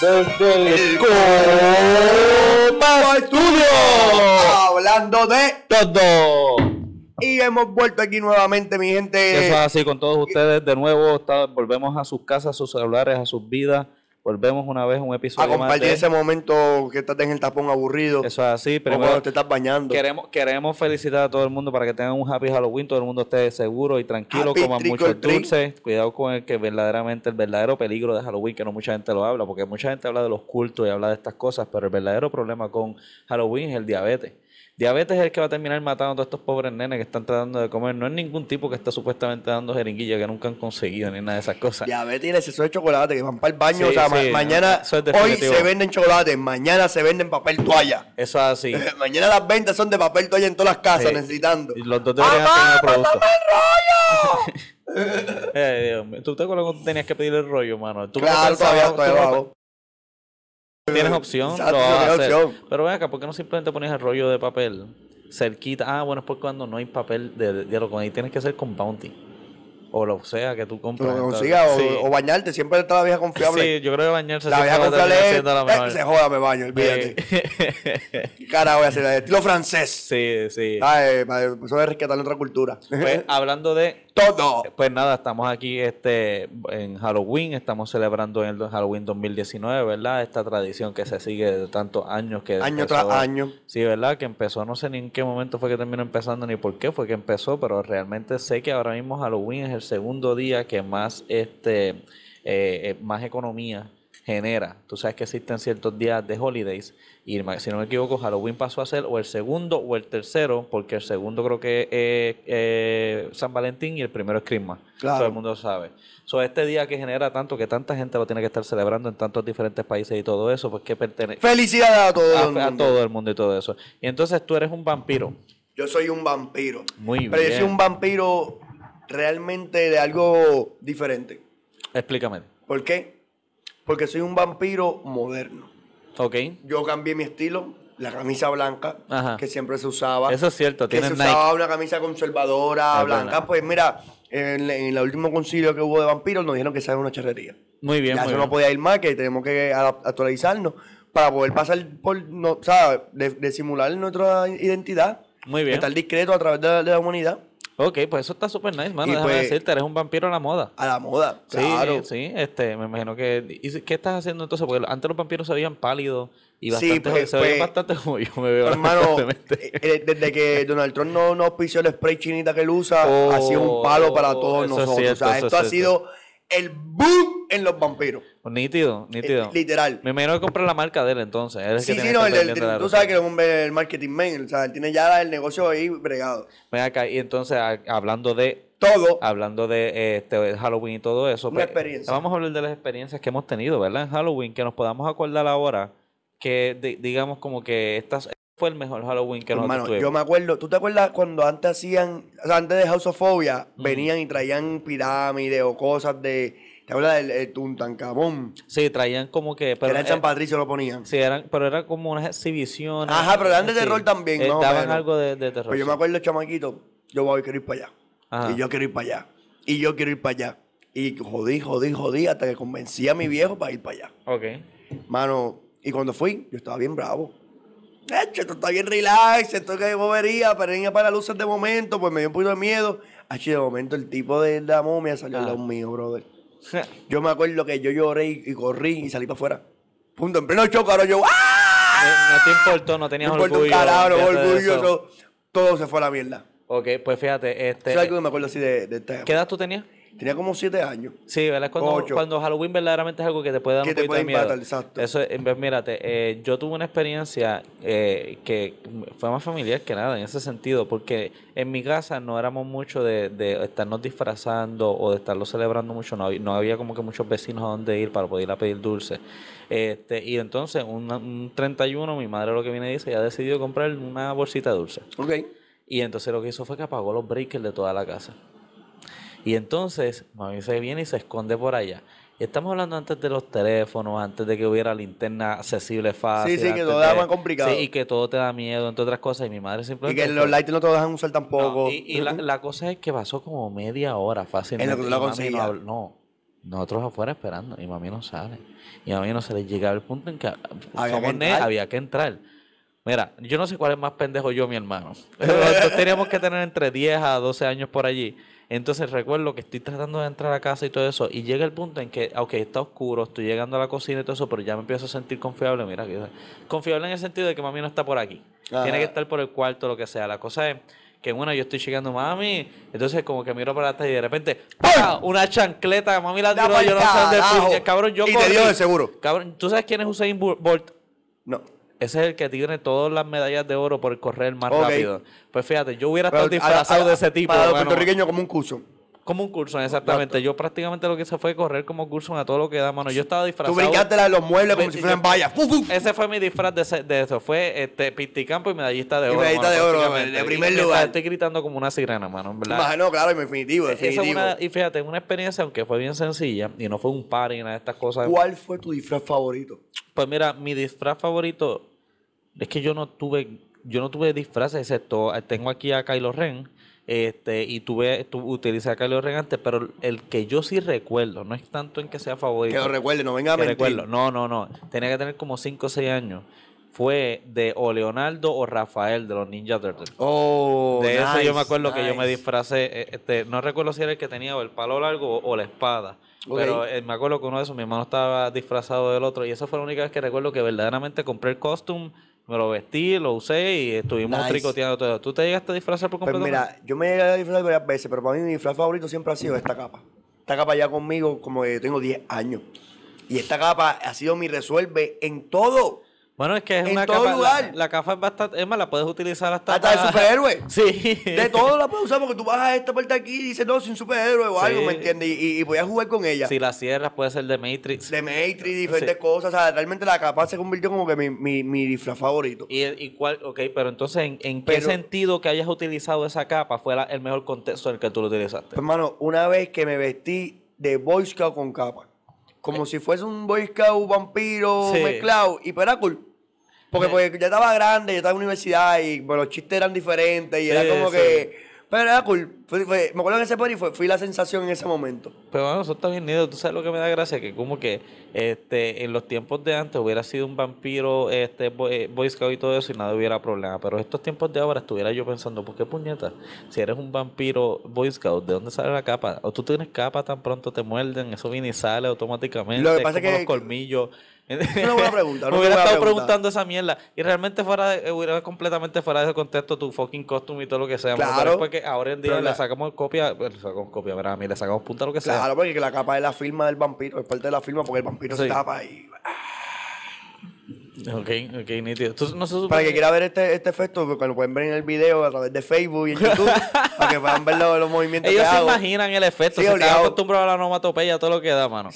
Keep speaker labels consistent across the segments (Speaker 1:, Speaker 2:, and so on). Speaker 1: vemos
Speaker 2: Desde
Speaker 1: el
Speaker 2: el
Speaker 1: Copa Estudio
Speaker 2: Hablando de.
Speaker 1: todo.
Speaker 2: Y hemos vuelto aquí nuevamente, mi gente.
Speaker 1: Eso es así con todos ustedes de nuevo. está- volvemos a sus casas, a sus celulares, a sus vidas. Volvemos una vez un
Speaker 2: a
Speaker 1: episodio más.
Speaker 2: compartir
Speaker 1: de-
Speaker 2: ese momento que estás en el tapón aburrido.
Speaker 1: Eso es así.
Speaker 2: o cuando
Speaker 1: Primero,
Speaker 2: te estás bañando.
Speaker 1: queremos, queremos felicitar a todo el mundo para que tengan un happy Halloween. Todo el mundo esté seguro y tranquilo,
Speaker 2: Happy
Speaker 1: coman
Speaker 2: trick or
Speaker 1: muchos
Speaker 2: treat.
Speaker 1: dulces. Cuidado con el que verdaderamente el verdadero peligro de Halloween, que no mucha gente lo habla, porque mucha gente habla de los cultos y habla de estas cosas, pero el verdadero problema con Halloween es el diabetes. Diabetes es el que va a terminar matando a todos estos pobres nenes que están tratando de comer. No es ningún tipo que está supuestamente dando jeringuilla que nunca han conseguido ni nada de esas cosas.
Speaker 2: Diabetes y el exceso de chocolate que van para el baño.
Speaker 1: Sí,
Speaker 2: o sea, ma-
Speaker 1: sí,
Speaker 2: mañana.
Speaker 1: eso es
Speaker 2: hoy
Speaker 1: definitivo.
Speaker 2: se venden chocolates, mañana se venden papel toalla.
Speaker 1: Eso es así.
Speaker 2: mañana las ventas son de papel toalla en todas las casas,
Speaker 1: Sí.
Speaker 2: necesitando.
Speaker 1: Y los dos deberían tener el producto. Eh, Dios mío. ¿Tú te acuerdas cuando tenías que pedir el rollo, mano? Tú no
Speaker 2: Claro,
Speaker 1: te
Speaker 2: todavía,
Speaker 1: acordabas-
Speaker 2: todavía
Speaker 1: tú
Speaker 2: lo
Speaker 1: no-
Speaker 2: hago.
Speaker 1: Tienes opción,
Speaker 2: Exacto,
Speaker 1: lo vas a
Speaker 2: tienes
Speaker 1: hacer.
Speaker 2: opción.
Speaker 1: Pero ven acá, ¿por qué no simplemente pones el rollo de papel cerquita? Ah, bueno, es por cuando no hay papel de de- diálogo. Ahí tienes que hacer con Bounty. O lo sea que tú
Speaker 2: Tú
Speaker 1: compras.
Speaker 2: lo que
Speaker 1: entonces.
Speaker 2: consigas, o-
Speaker 1: Pues, sí.
Speaker 2: o, bañarte, siempre está la vieja confiable.
Speaker 1: Sí, yo creo que bañarse
Speaker 2: La vieja
Speaker 1: siempre va a
Speaker 2: confiable
Speaker 1: terminar
Speaker 2: es,
Speaker 1: siendo la mejor.
Speaker 2: "Eh, se joda, me baño, olvídate. ¿Qué cara voy a hacer? Estilo francés.
Speaker 1: Eh, Sí, sí.
Speaker 2: Ay, madre, pues eso es rescatar nuestra cultura.
Speaker 1: Pues, hablando de
Speaker 2: Todo.
Speaker 1: Pues nada, estamos aquí este, en Halloween, estamos celebrando el Halloween 2019, ¿verdad? Esta tradición que se sigue de tantos años que...
Speaker 2: Año
Speaker 1: empezó-
Speaker 2: tras año.
Speaker 1: Sí, ¿verdad? Que empezó, no sé ni en qué momento fue que terminó empezando ni por qué fue que empezó, pero realmente sé que ahora mismo Halloween es el segundo día que más, este, eh, eh, más economía genera. Tú sabes que existen ciertos días de holidays y ma- si no me equivoco Halloween pasó a ser o el segundo o el tercero, porque el segundo creo que es eh, San Valentín y el primero es Christmas.
Speaker 2: Claro.
Speaker 1: Todo el mundo sabe. So, este día que genera tanto, que tanta gente lo tiene que estar celebrando en tantos diferentes países y todo eso, pues que pertenece
Speaker 2: Felicidades a todo el
Speaker 1: a, a
Speaker 2: mundo.
Speaker 1: todo el mundo y todo eso. Y entonces tú eres un vampiro.
Speaker 2: Yo soy un vampiro.
Speaker 1: Muy
Speaker 2: Pero yo
Speaker 1: bien.
Speaker 2: soy un vampiro realmente de algo diferente.
Speaker 1: Explícame.
Speaker 2: ¿Por qué? Porque soy un vampiro moderno.
Speaker 1: Ok.
Speaker 2: Yo cambié mi estilo, la camisa blanca,
Speaker 1: Ajá.
Speaker 2: que siempre se usaba.
Speaker 1: Eso es cierto,
Speaker 2: que se
Speaker 1: tienes Nike.
Speaker 2: usaba una camisa conservadora,
Speaker 1: Es
Speaker 2: blanca.
Speaker 1: verdad.
Speaker 2: Pues mira, en, en el último concilio que hubo de vampiros nos dijeron que esa era una charrería.
Speaker 1: Muy bien,
Speaker 2: ya
Speaker 1: muy
Speaker 2: eso
Speaker 1: bien.
Speaker 2: no podía ir más, que tenemos que adap- actualizarnos para poder pasar por, no, o sea, de, de simular nuestra identidad.
Speaker 1: Muy bien.
Speaker 2: Estar discreto a través de la, de la humanidad
Speaker 1: Ok, pues eso está súper nice, mano.
Speaker 2: Y
Speaker 1: Déjame
Speaker 2: pues-
Speaker 1: decirte, eres un vampiro a la moda.
Speaker 2: a la moda.
Speaker 1: Sí,
Speaker 2: claro.
Speaker 1: sí, este, me imagino que... ¿y si- ¿Qué estás haciendo entonces? Porque antes los vampiros se veían pálidos y
Speaker 2: Sí,
Speaker 1: bastante,
Speaker 2: pues-
Speaker 1: se veían
Speaker 2: pues-
Speaker 1: bastante como yo me veo. ahora
Speaker 2: Hermano,
Speaker 1: constantemente.
Speaker 2: eh, desde que Donald Trump no, no auspició el spray chinita que él usa,
Speaker 1: Oh,
Speaker 2: ha sido un palo para todos
Speaker 1: eso es
Speaker 2: nosotros.
Speaker 1: cierto,
Speaker 2: o sea,
Speaker 1: eso
Speaker 2: esto ha
Speaker 1: es
Speaker 2: sido el boom en los vampiros.
Speaker 1: Nítido, nítido.
Speaker 2: Eh, literal.
Speaker 1: me imagino que comprar la marca de él entonces. Eres
Speaker 2: Sí,
Speaker 1: el que
Speaker 2: sí,
Speaker 1: tiene
Speaker 2: no,
Speaker 1: que
Speaker 2: el,
Speaker 1: estar
Speaker 2: el-
Speaker 1: pendiente de la
Speaker 2: tú sabes
Speaker 1: ropa.
Speaker 2: que es un el marketing man, o sea, él tiene ya el negocio ahí bregado.
Speaker 1: Ven acá, y entonces a- hablando de
Speaker 2: Todo,
Speaker 1: hablando de este, de Halloween y todo eso.
Speaker 2: Una
Speaker 1: pues,
Speaker 2: experiencia.
Speaker 1: Vamos a hablar de las experiencias que hemos tenido, ¿verdad? En Halloween, que nos podamos acordar ahora que di- digamos como que esta fue el mejor Halloween que
Speaker 2: hermano,
Speaker 1: nosotros
Speaker 2: yo
Speaker 1: tuvimos.
Speaker 2: me acuerdo, ¿tú te acuerdas cuando antes hacían, o sea, antes de House of Phobia,
Speaker 1: Mm.
Speaker 2: venían y traían pirámides o cosas de, ¿te acuerdas del el Tutankamón?
Speaker 1: Sí, traían como que...
Speaker 2: Que
Speaker 1: Pero,
Speaker 2: era en San
Speaker 1: eh,
Speaker 2: Patricio lo ponían.
Speaker 1: sí, eran, pero eran como unas exhibiciones.
Speaker 2: Ajá, pero eran de
Speaker 1: sí.
Speaker 2: terror también,
Speaker 1: Eh,
Speaker 2: ¿no?
Speaker 1: daban
Speaker 2: Pero-
Speaker 1: algo de, de terror.
Speaker 2: Pero Pues yo me
Speaker 1: sí.
Speaker 2: acuerdo, chamaquito, yo voy, quiero ir para allá.
Speaker 1: Ajá.
Speaker 2: Y yo quiero ir para allá. Y yo quiero ir para allá. Y jodí, jodí, jodí hasta que convencí a mi viejo para ir para allá.
Speaker 1: Ok. Eh,
Speaker 2: Mano, y cuando fui, yo estaba bien bravo. Hecho, esto está bien relax, esto que bobería, pero venía para luces de momento, pues me dio un poquito de miedo. Así de momento el tipo de la momia salió al
Speaker 1: Ah.
Speaker 2: lado mío, brother. Yo me acuerdo que yo lloré y, y corrí y salí para afuera. Punto, en pleno choque, ahora yo, ¡ah!
Speaker 1: No no te importó, no
Speaker 2: Me
Speaker 1: tenías
Speaker 2: importa un
Speaker 1: orgullo.
Speaker 2: carajo,
Speaker 1: olvídate de eso.
Speaker 2: orgullo, eso. todo se fue a la mierda.
Speaker 1: Ok, pues fíjate, este,
Speaker 2: Eso es algo que me acuerdo así de, de esta-
Speaker 1: ¿qué edad tú tenías?
Speaker 2: Tenía como siete años.
Speaker 1: Sí, ¿verdad? Es Cuando,
Speaker 2: Ocho.
Speaker 1: cuando Halloween verdaderamente es algo que te puede dar
Speaker 2: Que
Speaker 1: un
Speaker 2: te
Speaker 1: poquito de
Speaker 2: puede
Speaker 1: miedo.
Speaker 2: impactar, exacto.
Speaker 1: Eso, es- pues, mírate, eh, yo tuve una experiencia eh, que fue más familiar que nada en ese sentido, porque en mi casa no éramos mucho de, de estarnos disfrazando o de estarlo celebrando mucho, no, hab- no había como que muchos vecinos a dónde ir para poder ir a pedir dulce. Este, y entonces, una- un 31, mi madre lo que viene y dice, ya decidió comprar una bolsita de dulce.
Speaker 2: Ok.
Speaker 1: Y entonces lo que hizo fue que apagó los breakers de toda la casa. Y entonces mami se viene y se esconde por allá. Y estamos hablando antes de los teléfonos, antes de que hubiera linterna accesible fácil.
Speaker 2: sí, que
Speaker 1: antes
Speaker 2: todo era
Speaker 1: de-
Speaker 2: más complicado.
Speaker 1: Sí, y que todo te da miedo, entre otras cosas. Y mi madre
Speaker 2: Y
Speaker 1: simplemente...
Speaker 2: que los lights no te lo dejan usar
Speaker 1: No,
Speaker 2: tampoco.
Speaker 1: y y la, la cosa es que pasó como media hora fácilmente.
Speaker 2: tú
Speaker 1: y
Speaker 2: la
Speaker 1: mami no
Speaker 2: conseguías.
Speaker 1: habl- No, Nosotros afuera esperando y mami no sale. Y mami no se le llegaba el punto en que
Speaker 2: Había
Speaker 1: somos
Speaker 2: que
Speaker 1: ne-
Speaker 2: entrar.
Speaker 1: había que entrar. Mira, yo no sé cuál es más pendejo yo, o mi hermano. Nosotros teníamos que tener entre 10 a 12 años por allí. Entonces recuerdo que estoy tratando de entrar a casa y todo eso. Y llega el punto en que, ok, está oscuro, estoy llegando a la cocina y todo eso, pero ya me empiezo a sentir confiable. Mira, que- confiable en el sentido de que mami no está por aquí.
Speaker 2: Ajá.
Speaker 1: Tiene que estar por el cuarto, lo que sea. La cosa es que, bueno, yo estoy llegando, mami. Entonces, como que miro para atrás y de repente, ¡pam! Una chancleta que mami la
Speaker 2: Da
Speaker 1: tiró.
Speaker 2: pa'l
Speaker 1: Yo no sé dónde fui.
Speaker 2: carajo.
Speaker 1: Cabrón, yo
Speaker 2: Y te
Speaker 1: corrí.
Speaker 2: dio de seguro.
Speaker 1: Cabrón, ¿tú sabes quién es Usain Bu- Bolt?
Speaker 2: No.
Speaker 1: Ese es el que tiene todas las medallas de oro por correr más
Speaker 2: Ok.
Speaker 1: rápido. Pues fíjate, yo hubiera
Speaker 2: Pero
Speaker 1: estado disfrazado
Speaker 2: a- a-
Speaker 1: de ese tipo.
Speaker 2: Para los
Speaker 1: mano.
Speaker 2: puertorriqueños como un curso.
Speaker 1: Como un Curson, exactamente. Yo prácticamente lo que hice fue correr como Curson a todo lo que da mano. Yo estaba disfrazado.
Speaker 2: Tú brincaste la- los muebles como
Speaker 1: Ve- Eh,
Speaker 2: si fueran vallas. ¡Fu, fu!
Speaker 1: Ese fue mi disfraz de, ese- de eso. Fue este, Pisticampo y medallista de
Speaker 2: Y
Speaker 1: oro.
Speaker 2: medallista
Speaker 1: mano,
Speaker 2: de oro,
Speaker 1: prácticamente.
Speaker 2: de
Speaker 1: Y
Speaker 2: primer
Speaker 1: mientras
Speaker 2: lugar.
Speaker 1: Estoy gritando como una sirena, mano. en verdad.
Speaker 2: Más, no, claro, definitivo,
Speaker 1: Eh, Esa es
Speaker 2: definitivo.
Speaker 1: una- y fíjate, una experiencia, aunque fue bien sencilla y no fue un party ni nada de estas cosas.
Speaker 2: ¿Cuál fue tu disfraz favorito?
Speaker 1: Pues mira, mi disfraz favorito es que yo no tuve, yo no tuve disfraces, excepto eh, tengo aquí a Kylo Ren, este, y tuve, tu- utilicé a Kylo Ren antes, pero el que yo sí recuerdo, no es tanto en que sea
Speaker 2: Que
Speaker 1: favorito.
Speaker 2: lo recuerde, no venga a
Speaker 1: que
Speaker 2: mentir.
Speaker 1: recuerdo. No, no, no. Tenía que tener como 5 o 6 años. Fue de o Leonardo o Rafael de los Ninja Turtles.
Speaker 2: Oh,
Speaker 1: De eso yo
Speaker 2: nice,
Speaker 1: me acuerdo que yo me
Speaker 2: nice.
Speaker 1: disfracé. eh, Este, no recuerdo si era el que tenía o el palo largo o, o la espada.
Speaker 2: Ok.
Speaker 1: Pero eh, me acuerdo que uno de esos, mi hermano estaba disfrazado del otro. Y esa fue la única vez que recuerdo que verdaderamente compré el costume, me lo vestí, lo usé y estuvimos
Speaker 2: Nice.
Speaker 1: tricoteando todo. ¿Tú te llegaste a disfrazar por
Speaker 2: Pues
Speaker 1: completo?
Speaker 2: mira, yo me he llegado a disfrazar varias veces, pero para mí mi disfraz favorito siempre ha sido esta capa. Esta capa ya conmigo, como que tengo 10 años. Y esta capa ha sido mi resuelve en todo.
Speaker 1: bueno, es que es
Speaker 2: en
Speaker 1: una
Speaker 2: todo
Speaker 1: capa. la-
Speaker 2: lugar.
Speaker 1: La, capa es bastante. Es más, la puedes utilizar hasta.
Speaker 2: Hasta de
Speaker 1: para-
Speaker 2: superhéroe.
Speaker 1: Sí.
Speaker 2: De todo la puedes usar porque tú vas a esta parte aquí y dices, no, soy un superhéroe o algo,
Speaker 1: Sí.
Speaker 2: ¿me entiendes? Y, y- y voy a jugar con ella.
Speaker 1: Si la cierras, puede ser de Matrix.
Speaker 2: De Matrix, diferentes
Speaker 1: Sí.
Speaker 2: cosas. O sea, realmente la capa se convirtió como que mi, mi, mi disfraz favorito.
Speaker 1: ¿Y, el- y cuál? Ok, pero entonces, ¿en, en qué
Speaker 2: Pero-
Speaker 1: sentido que hayas utilizado esa capa fue la- el mejor contexto en el que tú lo utilizaste?
Speaker 2: Hermano, una vez que me vestí de Boy Scout con capa. Como si fuese un Boy Scout vampiro
Speaker 1: Sí.
Speaker 2: mezclado. Y pero era cool. Porque,
Speaker 1: Eh.
Speaker 2: porque ya estaba grande, yo estaba en la universidad y bueno, los chistes eran diferentes y era
Speaker 1: Sí,
Speaker 2: como
Speaker 1: sí.
Speaker 2: que... Pero era cool. Fue- fue- me acuerdo que ese party fue, fui la sensación en ese momento.
Speaker 1: Pero bueno, eso está bien nido. Tú sabes lo que me da gracia, que como que este, en los tiempos de antes hubiera sido un vampiro, este, boy, eh, Boy Scout y todo eso y nada hubiera problema. Pero estos tiempos de ahora estuviera yo pensando, ¿por qué puñeta? Si eres un vampiro Boy Scout, ¿de dónde sale la capa? O tú tienes capa, tan pronto te muerden, eso viene y sale automáticamente.
Speaker 2: Lo que
Speaker 1: es
Speaker 2: pasa es
Speaker 1: como
Speaker 2: que-
Speaker 1: los colmillos.
Speaker 2: una buena pregunta, una
Speaker 1: Me hubiera
Speaker 2: buena
Speaker 1: estado
Speaker 2: pregunta.
Speaker 1: preguntando esa mierda. Y realmente fuera, de- hubiera completamente fuera de ese contexto tu fucking costume y todo lo que sea. mano.
Speaker 2: Claro.
Speaker 1: Pero es porque ahora en día
Speaker 2: Pero
Speaker 1: le
Speaker 2: la-
Speaker 1: sacamos copia, bueno, le sacamos copia, verá, a mí le sacamos punta a lo que sea.
Speaker 2: Claro, porque la capa es la firma del vampiro, es parte de la firma porque el vampiro se
Speaker 1: Sí.
Speaker 2: tapa y...
Speaker 1: Ok, ok, nítido. Tú no se supone
Speaker 2: Para que quiera ver este, este efecto, porque lo pueden ver en el video a través de Facebook y en YouTube, para que puedan ver los, los movimientos
Speaker 1: Ellos
Speaker 2: que
Speaker 1: se
Speaker 2: hago.
Speaker 1: imaginan el efecto.
Speaker 2: Sí,
Speaker 1: se están
Speaker 2: obligado. Ah.
Speaker 1: acostumbrados a la onomatopeya, todo lo que da, mano.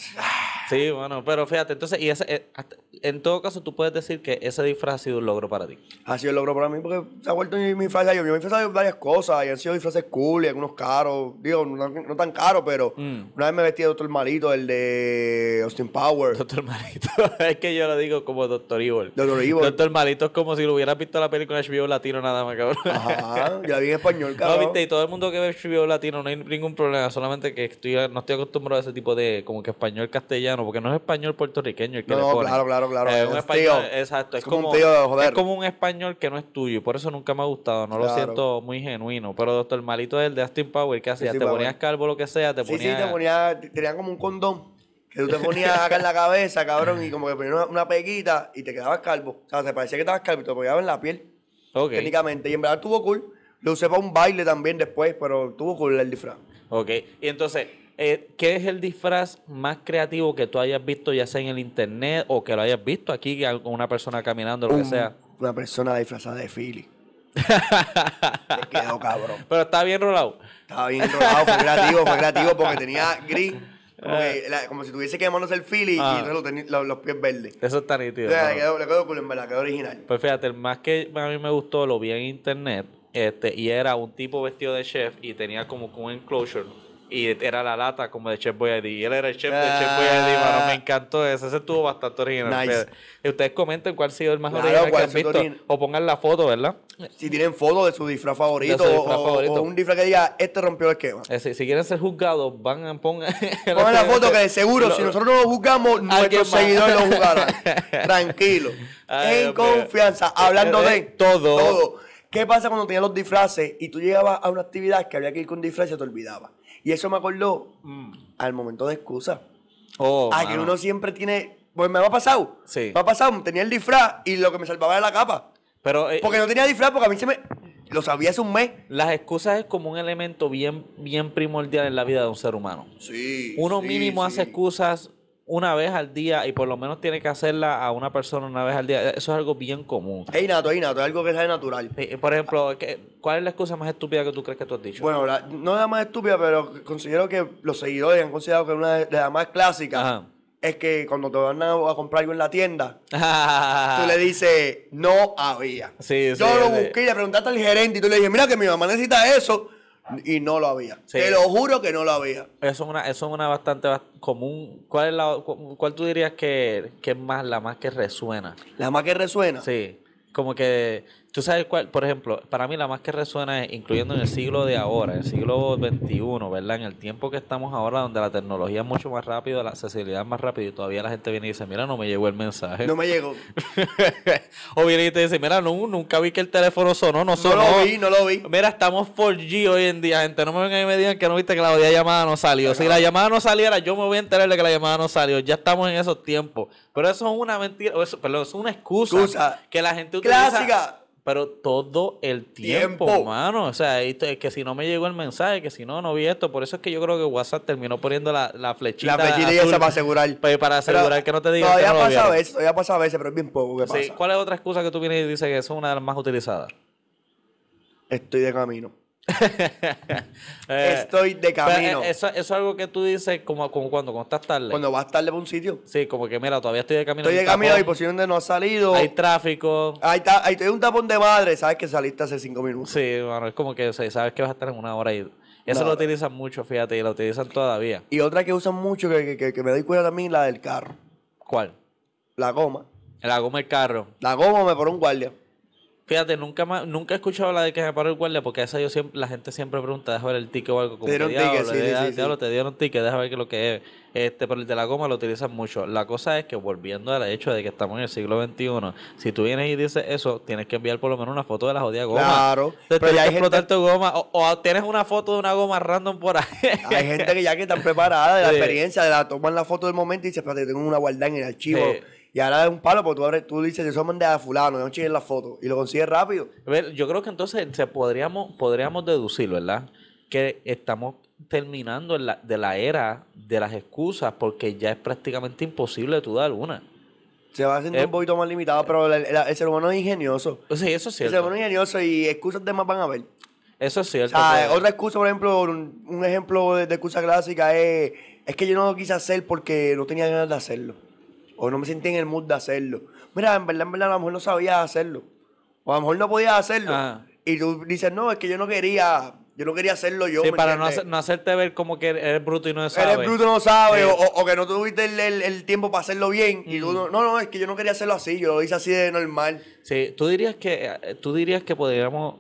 Speaker 1: Sí, bueno, pero fíjate, entonces, y ese, eh, hasta- en todo caso, tú puedes decir que ese disfraz ha sido un logro para ti.
Speaker 2: Ha sido el logro para mí porque se ha vuelto mi, mi disfraz. Yo me he disfrazado de varias cosas y han sido disfraces cool y algunos caros. Digo, no, tan- no tan caros, pero
Speaker 1: Mm.
Speaker 2: una vez me vestí de Doctor Malito, el de Austin Power.
Speaker 1: Doctor Malito, es que yo lo digo como Doctor Evil.
Speaker 2: Doctor Evil.
Speaker 1: Doctor Malito es como si lo hubieras visto la película HBO Latino nada más, cabrón.
Speaker 2: Ajá, ya vi en español,
Speaker 1: No,
Speaker 2: cabrón.
Speaker 1: viste, y todo el mundo que ve HBO latino no hay ningún problema, solamente que estoy, no estoy acostumbrado a ese tipo de como que español castellano, porque no es español puertorriqueño el que
Speaker 2: No,
Speaker 1: le
Speaker 2: no,
Speaker 1: ponen.
Speaker 2: claro, claro, claro,
Speaker 1: Eh,
Speaker 2: es
Speaker 1: un
Speaker 2: un
Speaker 1: español,
Speaker 2: tío.
Speaker 1: exacto,
Speaker 2: Es
Speaker 1: es
Speaker 2: como un
Speaker 1: como,
Speaker 2: tío, joder.
Speaker 1: es como un español que no es tuyo, y por eso nunca me ha gustado, no lo
Speaker 2: Claro.
Speaker 1: siento muy genuino, pero Doctor Malito es el de Austin Power, que hacía?
Speaker 2: Austin
Speaker 1: Te
Speaker 2: Power.
Speaker 1: ponías calvo, lo que sea, te
Speaker 2: Sí,
Speaker 1: ponías...
Speaker 2: sí, te ponía, te- tenían como un condón que tú te ponías acá en la cabeza, cabrón, y como que ponías una, una peguita y te quedabas calvo. O sea, te parecía que estabas calvo y te lo pegaba en la piel,
Speaker 1: Ok,
Speaker 2: técnicamente. Y en verdad tuvo cool. Lo usé para un baile también después, pero tuvo cool el disfraz.
Speaker 1: ok. Y entonces, eh, ¿qué es el disfraz más creativo que tú hayas visto, ya sea en el internet o que lo hayas visto aquí que- con una persona caminando, lo que
Speaker 2: Un-
Speaker 1: sea?
Speaker 2: Una persona disfrazada de Philly. Te quedó cabrón.
Speaker 1: Pero está bien rolado.
Speaker 2: Estaba bien enrolado, fue creativo, fue creativo porque tenía gris, como, que la- como si tuviese quemándose el Philly y
Speaker 1: Ah.
Speaker 2: entonces lo tenía- lo- los pies verdes.
Speaker 1: Eso está nítido.
Speaker 2: O sea, le
Speaker 1: mano.
Speaker 2: quedó, le quedó cool, en verdad, quedó original.
Speaker 1: Pues fíjate, el más que a mí me gustó lo vi en internet. Este, y era un tipo vestido de chef y tenía como que un enclosure Y era la lata como de Chef Boyardee. Y él era el chef de Chef Boyardee, mano. Me encantó ese. Ese estuvo bastante original.
Speaker 2: Ah. Nice.
Speaker 1: Y Ustedes comenten cuál ha sido el más
Speaker 2: Claro,
Speaker 1: original que
Speaker 2: cuál
Speaker 1: han
Speaker 2: ha sido
Speaker 1: visto.
Speaker 2: original.
Speaker 1: O pongan la foto, ¿verdad?
Speaker 2: Si tienen fotos de su disfraz favorito,
Speaker 1: De su disfraz
Speaker 2: o- o,
Speaker 1: favorito.
Speaker 2: o un disfraz que diga, este rompió el esquema.
Speaker 1: Eh, si, si quieren ser juzgados, van a pongan.
Speaker 2: Pongan la foto que de seguro, si nosotros no lo juzgamos, nuestros
Speaker 1: más.
Speaker 2: seguidores lo juzgarán. Tranquilo.
Speaker 1: Ay,
Speaker 2: en
Speaker 1: Dios mío.
Speaker 2: confianza. Hablando
Speaker 1: Eh,
Speaker 2: de
Speaker 1: eh, todo.
Speaker 2: ¿Qué pasa cuando tenías los disfraces y tú llegabas a una actividad que había que ir con disfraz y se te olvidaba? Y eso me acordó al momento de excusa.
Speaker 1: Mm. Oh,
Speaker 2: Ah, que
Speaker 1: mano.
Speaker 2: uno siempre tiene. Pues me ha pasado.
Speaker 1: Sí.
Speaker 2: Me ha pasado. Tenía el disfraz y lo que me salvaba era la capa.
Speaker 1: Pero eh,
Speaker 2: Porque no tenía disfraz, porque a mí se me. Lo sabía hace un mes.
Speaker 1: las excusas es como un elemento bien, bien primordial en la vida de un ser humano.
Speaker 2: Sí.
Speaker 1: Uno mínimo hace excusas una vez al día y por lo menos tiene que hacerla a una persona una vez al día. Eso es algo bien común.
Speaker 2: Es innato, es innato, es algo que sale natural.
Speaker 1: Eh, Por ejemplo, ¿qué- ¿cuál es la excusa más estúpida que tú crees que tú has dicho?
Speaker 2: Bueno, la- no es la más estúpida, pero considero que los seguidores han considerado que una de de las más clásicas
Speaker 1: Ajá.
Speaker 2: es que cuando te van a, a comprar algo en la tienda, tú le
Speaker 1: Ajá.
Speaker 2: dices, no había.
Speaker 1: Ah. Sí, sí,
Speaker 2: Yo lo
Speaker 1: sí.
Speaker 2: busqué y le preguntaste al gerente y tú le dije, mira que mi mamá necesita eso. Y no lo había.
Speaker 1: Sí.
Speaker 2: Te lo juro que no lo había.
Speaker 1: Eso es una, eso es una bastante bast- común. ¿Cuál es la, cu- cuál tú dirías que, que es más la más que resuena?
Speaker 2: La más que resuena.
Speaker 1: Sí, como que tú sabes cuál, por ejemplo, para mí la más que resuena, es, incluyendo en el siglo de ahora, en el siglo XXI, ¿verdad? En el tiempo que estamos ahora, donde la tecnología es mucho más rápida, la accesibilidad es más rápida y todavía la gente viene y dice, mira, no me llegó el mensaje.
Speaker 2: No me llegó.
Speaker 1: o viene y te dice, mira, no, nunca vi que el teléfono sonó, no
Speaker 2: No
Speaker 1: sonó.
Speaker 2: lo vi, no lo vi.
Speaker 1: Mira, estamos 4G hoy en día, gente. No me vengan y me digan que no viste que la jodida llamada no salió. Si la llamada no saliera, yo me voy a enterar de que la llamada no salió. Ya estamos en esos tiempos. Pero eso es una mentira, o eso, perdón, eso es una excusa,
Speaker 2: Excusa.
Speaker 1: que la gente utiliza.
Speaker 2: Clásica.
Speaker 1: Pero todo el tiempo,
Speaker 2: Tiempo.
Speaker 1: mano. O sea, esto es que si no me llegó el mensaje, que si no, no vi esto. Por eso es que yo creo que WhatsApp terminó poniendo la, la flechita.
Speaker 2: La flechita y
Speaker 1: azul Pues,
Speaker 2: esa para asegurar.
Speaker 1: pa- Para asegurar
Speaker 2: Pero
Speaker 1: que no te digan
Speaker 2: Todavía
Speaker 1: que no lo
Speaker 2: pasa a
Speaker 1: vieron.
Speaker 2: veces, todavía pasa a veces, pero es bien poco que pasa.
Speaker 1: Sí, ¿Cuál es otra excusa que tú vienes y dices que eso es una de las más utilizadas?
Speaker 2: Estoy de camino.
Speaker 1: Eh,
Speaker 2: Estoy de
Speaker 1: Pero, eh,
Speaker 2: camino.
Speaker 1: eso, eso es algo que tú dices como, como cuando, cuando estás tarde.
Speaker 2: Cuando vas tarde para un sitio.
Speaker 1: Sí, como que mira, todavía estoy de camino.
Speaker 2: Estoy
Speaker 1: hay
Speaker 2: de
Speaker 1: un
Speaker 2: camino
Speaker 1: tapón,
Speaker 2: y posición donde no has salido.
Speaker 1: Hay tráfico.
Speaker 2: Ahí está, ahí estoy un tapón de madre, sabes que saliste hace cinco minutos.
Speaker 1: Sí, bueno, es como que o sea, sabes que vas a estar en una hora y eso
Speaker 2: Una
Speaker 1: lo
Speaker 2: hora.
Speaker 1: utilizan mucho, fíjate, y lo utilizan todavía.
Speaker 2: Y otra que usan mucho, que, que- que- que me doy cuenta también, la del carro.
Speaker 1: ¿Cuál?
Speaker 2: La goma.
Speaker 1: La goma del carro.
Speaker 2: La goma me pone un guardia.
Speaker 1: Fíjate, nunca más, nunca he escuchado la de que se paró el guardia, porque esa yo siempre, la gente siempre pregunta, déjame ver el ticket o algo. Como
Speaker 2: Te dieron
Speaker 1: que,
Speaker 2: ticket,
Speaker 1: "Diablo,
Speaker 2: sí, sí,
Speaker 1: ya-
Speaker 2: sí, sí.
Speaker 1: diablo, te dieron ticket, déjame ver qué es lo que es. Este, pero el de la goma lo utilizan mucho. La cosa es que, volviendo al hecho de que estamos en el siglo XXI, si tú vienes y dices eso, tienes que enviar por lo menos una foto de la jodida goma.
Speaker 2: Claro,
Speaker 1: Entonces,
Speaker 2: pero ya
Speaker 1: tienes que
Speaker 2: hay gente-
Speaker 1: explotar tu goma, o, o tienes una foto de una goma random por ahí.
Speaker 2: Hay gente que ya que están preparada de la
Speaker 1: Sí.
Speaker 2: experiencia, de la toman la foto del momento y dicen, espérate, tengo una guardada en el archivo.
Speaker 1: Sí.
Speaker 2: Y ahora es un palo, porque tú, abres, tú dices, eso mandé a fulano, no chingues la foto. Y lo consigues rápido.
Speaker 1: A ver, yo creo que entonces se podríamos, podríamos deducir, ¿verdad? Que estamos terminando en la- de la era de las excusas porque ya es prácticamente imposible tú dar una.
Speaker 2: Se va haciendo
Speaker 1: Eh,
Speaker 2: un poquito más limitado, pero el, el- el ser humano es ingenioso.
Speaker 1: O sea, eso es
Speaker 2: El ser humano
Speaker 1: cierto.
Speaker 2: es ingenioso y excusas de más van a ver.
Speaker 1: Eso es
Speaker 2: O
Speaker 1: cierto.
Speaker 2: sea,
Speaker 1: pero-
Speaker 2: Ah, otra excusa, por ejemplo, un, un ejemplo de, de excusa clásica es, es que yo no lo quise hacer porque no tenía ganas de hacerlo. O no me sentí en el mood de hacerlo. Mira, en verdad, en verdad, a lo mejor no sabía hacerlo. O a lo mejor no podía hacerlo.
Speaker 1: Ah.
Speaker 2: Y tú dices, no, es que yo no quería, yo no quería hacerlo yo.
Speaker 1: Sí,
Speaker 2: ¿me
Speaker 1: para no,
Speaker 2: entiendes?
Speaker 1: hacer- no hacerte ver como que eres bruto y no sabes.
Speaker 2: Eres bruto, no sabes,
Speaker 1: Sí. Mm.
Speaker 2: o, o- o que no tuviste el, el- el tiempo para hacerlo bien. Y tú, no, no, no, es que yo no quería hacerlo así, yo lo hice así de normal.
Speaker 1: Sí, tú dirías que eh, tú dirías que podríamos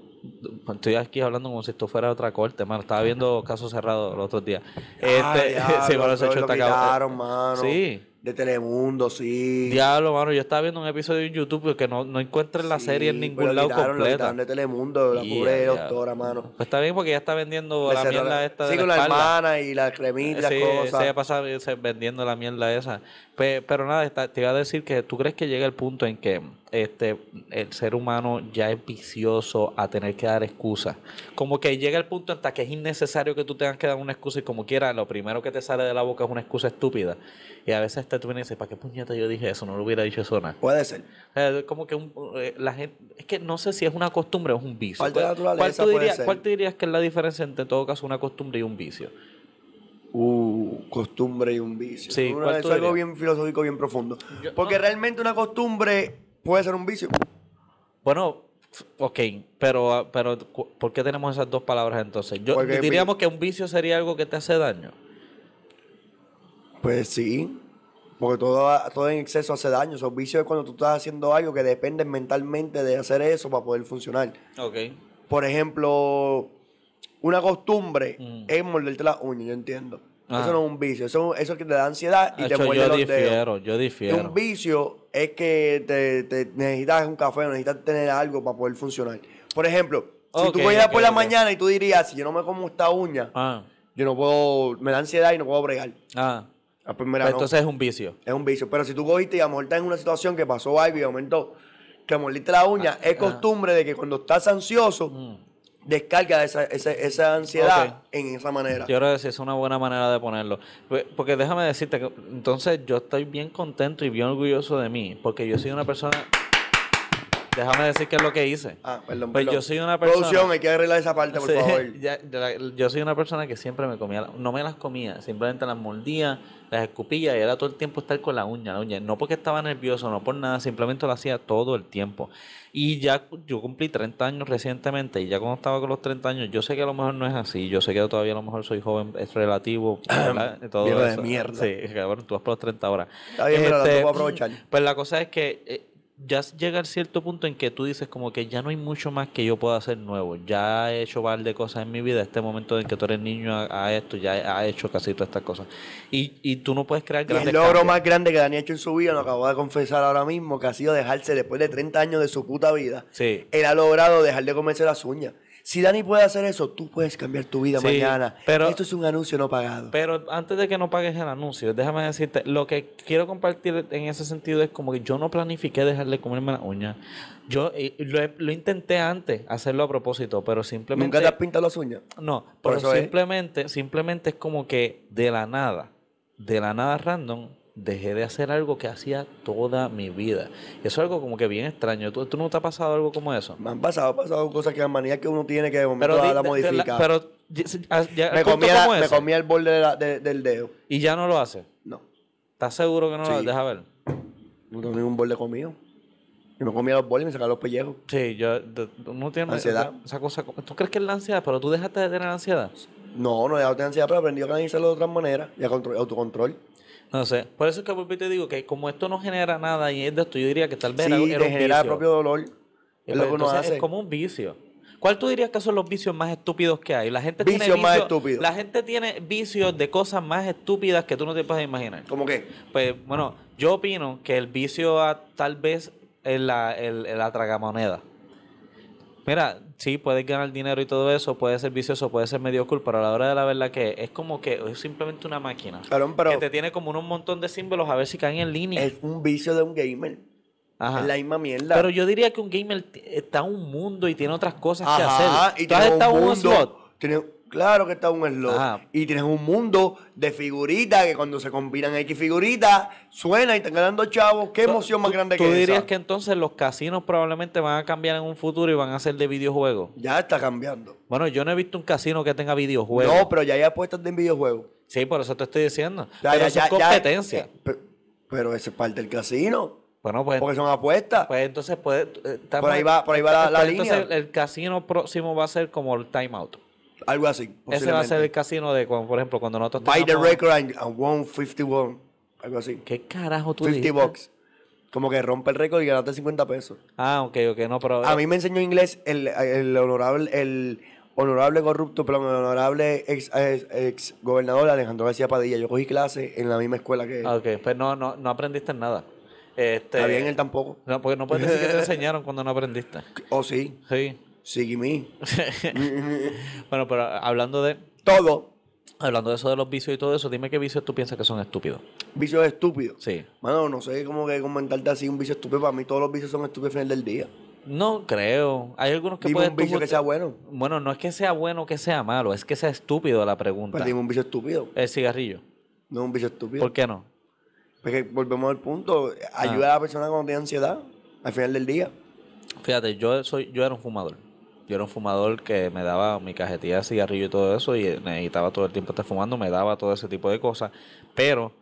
Speaker 1: estoy aquí hablando como si esto fuera otra corte, mano. Estaba viendo caso cerrado los otros días. Este,
Speaker 2: Ah, diablo,
Speaker 1: sí, mano, ese
Speaker 2: bro,
Speaker 1: show
Speaker 2: lo
Speaker 1: está cabrón.
Speaker 2: quitaron, mano.
Speaker 1: Sí.
Speaker 2: De Telemundo, sí.
Speaker 1: Diablo, mano, yo estaba viendo un episodio en YouTube que no, no encuentran la serie en
Speaker 2: Sí,
Speaker 1: ningún
Speaker 2: pero
Speaker 1: lado
Speaker 2: quitaron, lo
Speaker 1: completa.
Speaker 2: quitaron de Telemundo, la
Speaker 1: Ya,
Speaker 2: pobre
Speaker 1: ya.
Speaker 2: doctora, mano.
Speaker 1: Pues está bien porque ya está vendiendo
Speaker 2: Le
Speaker 1: la
Speaker 2: cerró
Speaker 1: mierda esta de
Speaker 2: sí,
Speaker 1: la
Speaker 2: con la
Speaker 1: espalda.
Speaker 2: hermana y la cremita y las
Speaker 1: Sí,
Speaker 2: cosas.
Speaker 1: se pasa eh, vendiendo la mierda esa. Pe- Pero, nada, está- te iba a decir que tú crees que llega el punto en que este el ser humano ya es vicioso a tener que dar excusas. Como que llega el punto hasta que es innecesario que tú tengas que dar una excusa y como quiera, lo primero que te sale de la boca es una excusa estúpida. Y a veces te tú vienes y dices, ¿para qué puñeta yo dije eso? No lo hubiera dicho eso nada.
Speaker 2: Puede ser.
Speaker 1: O sea, es como que un- eh, la gente, es que no sé si es una costumbre o es un vicio.
Speaker 2: Parte de la
Speaker 1: ¿Cuál,
Speaker 2: naturaleza
Speaker 1: tú
Speaker 2: puede
Speaker 1: dirías,
Speaker 2: ser.
Speaker 1: cuál te dirías que es la diferencia entre en todo caso una costumbre y un vicio?
Speaker 2: Uh, costumbre y un vicio.
Speaker 1: Sí,
Speaker 2: Una-
Speaker 1: ¿cuál tú
Speaker 2: eso es algo
Speaker 1: dirías?
Speaker 2: bien filosófico, bien profundo.
Speaker 1: Yo-
Speaker 2: Porque realmente una costumbre puede ser un vicio.
Speaker 1: Bueno, Ok, pero, ah, pero cu- ¿por qué tenemos esas dos palabras entonces? Yo
Speaker 2: Porque vi-
Speaker 1: diríamos que un vicio sería algo que te hace daño.
Speaker 2: Pues sí, porque todo, todo en exceso hace daño. Esos vicios es cuando tú estás haciendo algo que dependes mentalmente de hacer eso para poder funcionar.
Speaker 1: Ok.
Speaker 2: Por ejemplo, una costumbre
Speaker 1: Mm.
Speaker 2: es morderte las uñas, yo entiendo.
Speaker 1: Ajá.
Speaker 2: Eso no es un vicio, eso, eso es que te da ansiedad y te
Speaker 1: Hacho,
Speaker 2: muerde
Speaker 1: Ah, yo
Speaker 2: los dedos.
Speaker 1: difiero, yo
Speaker 2: Y
Speaker 1: difiero.
Speaker 2: un vicio es que te, te necesitas un café, necesitas tener algo para poder funcionar. Por ejemplo, si
Speaker 1: Ok,
Speaker 2: tú cogieras por
Speaker 1: ok,
Speaker 2: la
Speaker 1: ok.
Speaker 2: mañana y tú dirías, si yo no me como esta uña,
Speaker 1: Ah,
Speaker 2: yo no puedo, me da ansiedad y no puedo bregar.
Speaker 1: ah.
Speaker 2: La primera no.
Speaker 1: entonces es un vicio.
Speaker 2: Es un vicio. Pero si tú cogiste y a lo mejor estás en una situación que pasó algo y de momento te moliste la uña,
Speaker 1: Ah,
Speaker 2: es costumbre de que cuando estás ansioso,
Speaker 1: Mm.
Speaker 2: descarga esa, esa, esa ansiedad en esa manera.
Speaker 1: Yo creo que sí, es una buena manera de ponerlo. Pues, Porque déjame decirte que entonces yo estoy bien contento y bien orgulloso de mí, porque yo soy una persona... Déjame decir qué es lo que hice.
Speaker 2: Ah, perdón,
Speaker 1: Pues
Speaker 2: perdón.
Speaker 1: yo soy una persona-
Speaker 2: Producción, hay que arreglar esa parte, por
Speaker 1: Sí,
Speaker 2: favor.
Speaker 1: ya- ya la- yo soy una persona que siempre me comía, la- no me las comía, simplemente las mordía, las escupía y era todo el tiempo estar con la uña, la uña. No porque estaba nervioso, no por nada, simplemente lo hacía todo el tiempo. Y ya cu- yo cumplí 30 años recientemente y ya cuando estaba con los 30 años, yo sé que a lo mejor no es así, yo sé que todavía a lo mejor soy joven, es relativo, ¿verdad? Y todo
Speaker 2: Viejo de
Speaker 1: eso.
Speaker 2: mierda.
Speaker 1: Sí, cabrón, tú vas por los 30 horas.
Speaker 2: Está bien, pero la tengo que aprovechar.
Speaker 1: Pues la cosa es que eh, ya llega el cierto punto en que tú dices como que ya no hay mucho más que yo pueda hacer nuevo. Ya he hecho par de cosas en mi vida. Este momento en que tú eres niño a, a esto, ya ha hecho casi todas estas cosas. Y, y tú no puedes crear
Speaker 2: Y el
Speaker 1: grandes
Speaker 2: logro
Speaker 1: cambios.
Speaker 2: más grande que Dani ha hecho en su vida, lo acabo de confesar ahora mismo, que ha sido dejarse después de 30 años de su puta vida.
Speaker 1: Sí.
Speaker 2: Él ha logrado dejar de comerse las uñas. Si Dani puede hacer eso, tú puedes cambiar tu vida
Speaker 1: Sí,
Speaker 2: mañana.
Speaker 1: pero-
Speaker 2: Esto es un anuncio no pagado.
Speaker 1: Pero antes de que no pagues el anuncio, déjame decirte, lo que quiero compartir en ese sentido es como que yo no planifiqué dejar de comerme las uñas. Yo eh, lo, he- lo intenté antes, hacerlo a propósito, pero simplemente...
Speaker 2: ¿Nunca te has pintado las uñas?
Speaker 1: No,
Speaker 2: Por
Speaker 1: pero
Speaker 2: eso es.
Speaker 1: simplemente, simplemente es como que de la nada, de la nada random, dejé de hacer algo que hacía toda mi vida. Eso es algo como que bien extraño. ¿Tú, tú no te ha pasado algo como eso?
Speaker 2: Me han pasado, pasado cosas que las manías que uno tiene que de momento
Speaker 1: Pero,
Speaker 2: la, la
Speaker 1: di- de- de la-
Speaker 2: modifica.
Speaker 1: pero ya- ya- ya-
Speaker 2: me,
Speaker 1: punto
Speaker 2: comí la-
Speaker 1: como
Speaker 2: me
Speaker 1: ese,
Speaker 2: comí el borde de la- de- del dedo.
Speaker 1: Y ya no lo haces.
Speaker 2: No,
Speaker 1: ¿Estás seguro que no lo
Speaker 2: Sí.
Speaker 1: haces? Deja ver.
Speaker 2: no tengo ningún borde comido. Y me comía los bordes y me sacaba los pellejos.
Speaker 1: Sí, yo de- no tiene
Speaker 2: Ansiedad.
Speaker 1: esa cosa. como- ¿Tú crees que es la ansiedad? Pero tú dejaste de tener ansiedad.
Speaker 2: No, no he dejado de ansiedad, pero aprendí a organizarlo de otras maneras y a contro- autocontrol.
Speaker 1: No sé. Por eso es que volví y te digo que como esto no genera nada y es de esto, yo diría que tal vez
Speaker 2: Sí,
Speaker 1: era,
Speaker 2: te
Speaker 1: era un
Speaker 2: genera el
Speaker 1: vicio.
Speaker 2: propio dolor. Es lo que uno
Speaker 1: pues, Entonces,
Speaker 2: hace.
Speaker 1: es como un vicio. ¿Cuál tú dirías que son los vicios más estúpidos que hay? La gente tiene
Speaker 2: Vicios más
Speaker 1: vicios-
Speaker 2: estúpidos.
Speaker 1: La gente tiene vicios de cosas más estúpidas que tú no te puedes imaginar.
Speaker 2: ¿Cómo qué?
Speaker 1: Pues bueno, yo opino que el vicio a- tal vez es la, el, el atragamoneda. Mira, sí, puedes ganar dinero y todo eso, puede ser vicioso, puede ser medio cool, pero a la hora de la verdad que es como que es simplemente una máquina.
Speaker 2: Cabrón, pero
Speaker 1: que te tiene como un montón de símbolos a ver si caen en línea.
Speaker 2: es un vicio de un gamer.
Speaker 1: Ajá.
Speaker 2: Es la misma mierda.
Speaker 1: Pero yo diría que un gamer t- está en un mundo y tiene otras cosas
Speaker 2: Ajá,
Speaker 1: que hacer.
Speaker 2: y
Speaker 1: ¿Tú has
Speaker 2: tienes un
Speaker 1: estado en un
Speaker 2: mundo-
Speaker 1: slot?
Speaker 2: tienes- claro que está un slot.
Speaker 1: Ajá.
Speaker 2: Y tienes un mundo de figuritas que cuando se combinan X figuritas suena y están ganando chavos. Qué emoción más
Speaker 1: ¿Tú-
Speaker 2: grande
Speaker 1: tú
Speaker 2: que
Speaker 1: dirías
Speaker 2: esa?
Speaker 1: que entonces los casinos probablemente van a cambiar en un futuro y van a ser de videojuegos.
Speaker 2: Ya está cambiando.
Speaker 1: Bueno, yo no he visto un casino que tenga videojuegos.
Speaker 2: No, pero ya hay apuestas de videojuegos.
Speaker 1: Sí, por eso te estoy diciendo.
Speaker 2: Ya,
Speaker 1: pero
Speaker 2: ya,
Speaker 1: eso es
Speaker 2: ya, ya.
Speaker 1: competencia.
Speaker 2: Eh, pe- pero eso es parte del casino.
Speaker 1: Bueno, pues,
Speaker 2: Porque son apuestas.
Speaker 1: pues entonces puede... eh, estamos-
Speaker 2: Por ahí va- por ahí va la- la
Speaker 1: pues entonces
Speaker 2: línea.
Speaker 1: el casino próximo va a ser como el timeout.
Speaker 2: algo así.
Speaker 1: Ese va a ser
Speaker 2: posiblemente.
Speaker 1: el casino de, cuando, por ejemplo, cuando nosotros
Speaker 2: By the
Speaker 1: tengamos-
Speaker 2: record and, and won 51. Algo así.
Speaker 1: ¿Qué carajo tú
Speaker 2: 50
Speaker 1: dijiste?
Speaker 2: bucks. Como que rompe el récord y ganaste 50 pesos.
Speaker 1: Ah, ok, ok, no, pero...
Speaker 2: A mí me enseñó inglés el, el honorable, el honorable corrupto, pero el honorable ex, ex- ex gobernador Alejandro García Padilla. Yo cogí clase en la misma escuela que él.
Speaker 1: Ah, Ok, pues no, no, no aprendiste nada. Este,
Speaker 2: Está bien él tampoco.
Speaker 1: No, porque no puedes decir que te enseñaron cuando no aprendiste.
Speaker 2: O sí,
Speaker 1: Sí.
Speaker 2: sigue me.
Speaker 1: bueno, pero hablando de,
Speaker 2: Todo.
Speaker 1: hablando de eso de los vicios y todo eso, dime qué vicios tú piensas que son estúpidos.
Speaker 2: Vicios estúpidos.
Speaker 1: Sí.
Speaker 2: Mano, no sé cómo que comentarte así un vicio estúpido. Para mí todos los vicios son estúpidos al final del día.
Speaker 1: No creo. Hay algunos que
Speaker 2: Dime
Speaker 1: pueden.
Speaker 2: un vicio que sea bueno. Pues
Speaker 1: Bueno, no es que sea bueno o que sea malo, es que sea estúpido la pregunta.
Speaker 2: Pues dime un vicio estúpido.
Speaker 1: El cigarrillo.
Speaker 2: No es un vicio estúpido.
Speaker 1: ¿Por qué Ah. no?
Speaker 2: Porque volvemos al punto. Ayuda a la persona cuando tiene ansiedad. Al final del día.
Speaker 1: Fíjate, yo soy, yo era un fumador. Yo era un fumador que me daba mi cajetilla de cigarrillo y todo eso, y necesitaba todo el tiempo estar fumando, me daba todo ese tipo de cosas. Pero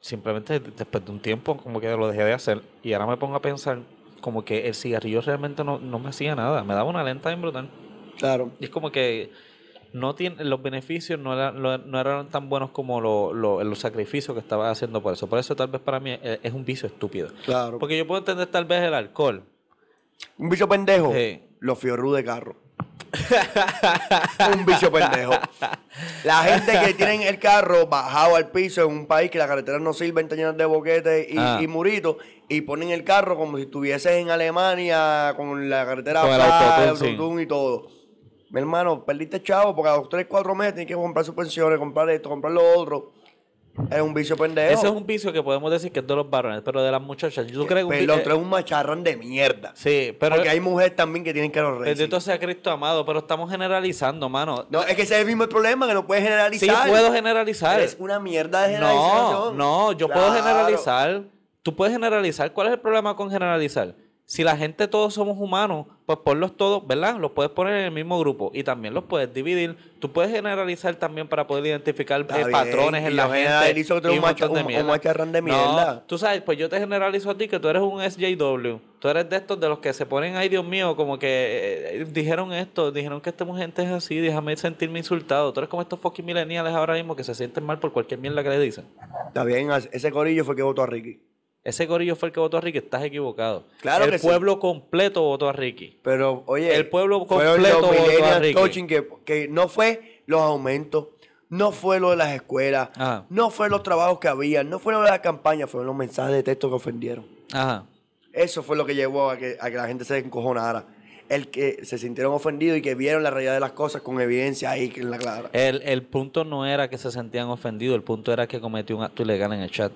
Speaker 1: simplemente después de un tiempo, como que lo dejé de hacer, y ahora me pongo a pensar como que el cigarrillo realmente no, no me hacía nada. Me daba una lenta bien brutal.
Speaker 2: Claro.
Speaker 1: Y es como que no tiene, los beneficios no eran, lo- no eran tan buenos como lo- lo- los sacrificios que estaba haciendo por eso. Por eso tal vez para mí es, es un vicio estúpido.
Speaker 2: Claro.
Speaker 1: Porque yo puedo entender tal vez el alcohol.
Speaker 2: Un bicho pendejo.
Speaker 1: Sí.
Speaker 2: Los fiorú de carro. un bicho pendejo. La gente que tienen el carro bajado al piso en un país que las carreteras no sirven, están llenas de boquetes y,
Speaker 1: Ah.
Speaker 2: y muritos, y ponen el carro como si estuvieses en Alemania con la carretera
Speaker 1: Con el
Speaker 2: plana,
Speaker 1: autotune, sí.
Speaker 2: autotune y todo. Mi hermano, perdiste chavo porque a los 3, 4 meses tienes que comprar suspensiones, comprar esto, comprar lo otro. Es un bicho pendejo.
Speaker 1: Ese es un vicio que podemos decir que es de los varones, pero de las muchachas. Yo creo que un
Speaker 2: Pero lo
Speaker 1: vi- eh,
Speaker 2: otro es un macharrón de mierda.
Speaker 1: Sí, pero
Speaker 2: porque hay mujeres también que tienen que los reyes.
Speaker 1: bendito sea Cristo amado, pero estamos generalizando, mano.
Speaker 2: No, es que ese es el mismo problema, que no puedes
Speaker 1: Sí,
Speaker 2: generalizar.
Speaker 1: puedo generalizar.
Speaker 2: Es una mierda de
Speaker 1: No,
Speaker 2: generalización.
Speaker 1: no, yo puedo
Speaker 2: Claro.
Speaker 1: generalizar. Tú puedes generalizar. ¿Cuál es el problema con generalizar? Si la gente todos somos humanos, pues ponlos todos, ¿verdad? Los puedes poner en el mismo grupo y también los puedes dividir. Tú puedes generalizar también para poder identificar
Speaker 2: Está
Speaker 1: eh,
Speaker 2: bien,
Speaker 1: patrones
Speaker 2: y
Speaker 1: en la
Speaker 2: yo
Speaker 1: gente.
Speaker 2: generalizo que tú eres un macho-
Speaker 1: montón de
Speaker 2: un- un
Speaker 1: mierda.
Speaker 2: macharrán de
Speaker 1: No,
Speaker 2: mierda.
Speaker 1: tú sabes, pues yo te generalizo a ti que tú eres un SJW. Tú eres de estos de los que se ponen, ay Dios mío, como que eh, eh, dijeron esto, dijeron que esta gente es así, déjame sentirme insultado. Tú eres como estos fucking millennials ahora mismo que se sienten mal por cualquier mierda que le dicen.
Speaker 2: Está bien, ese corillo fue que votó a Ricky.
Speaker 1: Ese gorillo fue el que votó a Ricky, estás equivocado.
Speaker 2: Claro
Speaker 1: el
Speaker 2: que sí.
Speaker 1: pueblo completo votó a Ricky.
Speaker 2: Pero, oye,
Speaker 1: El pueblo
Speaker 2: fueron
Speaker 1: completo
Speaker 2: los
Speaker 1: votó a
Speaker 2: millennials
Speaker 1: Ricky.
Speaker 2: touching que, que no fue los aumentos, no fue lo de las escuelas,
Speaker 1: Ajá.
Speaker 2: no fue los trabajos que había, no fue lo de la campaña, fueron los mensajes de texto que ofendieron.
Speaker 1: Ajá.
Speaker 2: Eso fue lo que llevó a que, a que la gente se encojonara. El que se sintieron ofendidos y que vieron la realidad de las cosas con evidencia ahí en la clara.
Speaker 1: El, el punto no era que se sentían ofendidos, el punto era que cometió un acto ilegal en el chat.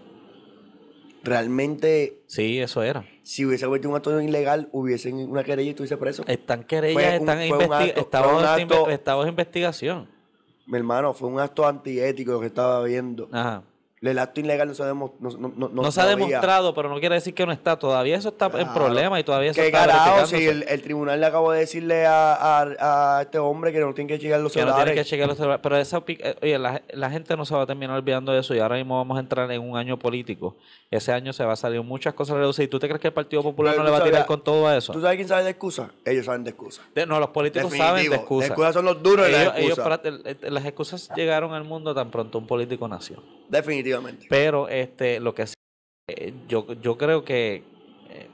Speaker 2: Realmente,
Speaker 1: Sí, eso era.
Speaker 2: si hubiese cometido un acto ilegal, hubiesen una querella y estuviese preso.
Speaker 1: Están querellas,
Speaker 2: Fue un-
Speaker 1: están
Speaker 2: fue un
Speaker 1: investi-
Speaker 2: acto-
Speaker 1: estados
Speaker 2: fue un
Speaker 1: de inve-
Speaker 2: acto-
Speaker 1: estados de investigación.
Speaker 2: Mi hermano, fue un acto antiético lo que estaba viendo.
Speaker 1: Ajá.
Speaker 2: El acto ilegal no se ha, demo- no, no- no-
Speaker 1: Ah. No,
Speaker 2: no-
Speaker 1: se ha
Speaker 2: no había.
Speaker 1: demostrado, pero no quiere decir que no está. Todavía eso está en
Speaker 2: Claro.
Speaker 1: problema y todavía eso
Speaker 2: Qué
Speaker 1: está
Speaker 2: carajo, si
Speaker 1: verificándose.
Speaker 2: el, el tribunal le acabó de decirle a, a- a este hombre que no tiene que llegar los
Speaker 1: Que no tiene que
Speaker 2: celulares.
Speaker 1: chequear los celulares. Pero esa, opi- eh, oye, la, la gente no se va a terminar olvidando de eso y ahora mismo vamos a entrar en un año político. Ese año se va a salir muchas cosas a la luz. ¿Y tú te crees que el Partido Popular
Speaker 2: Pero
Speaker 1: no
Speaker 2: tú
Speaker 1: le va a tirar
Speaker 2: sabías-
Speaker 1: con todo eso?
Speaker 2: ¿Tú sabes quién sabe de excusa? Ellos saben de excusa.
Speaker 1: De- no, los políticos saben
Speaker 2: Definitivo.
Speaker 1: de excusas.
Speaker 2: De excusas son los duros de las
Speaker 1: Ellos- ellos,
Speaker 2: excusas.
Speaker 1: espérate, el- el- las excusas llegaron al mundo tan pronto un político nació.
Speaker 2: Definitivamente.
Speaker 1: Pero este, lo que sí, eh, yo, yo creo que, eh,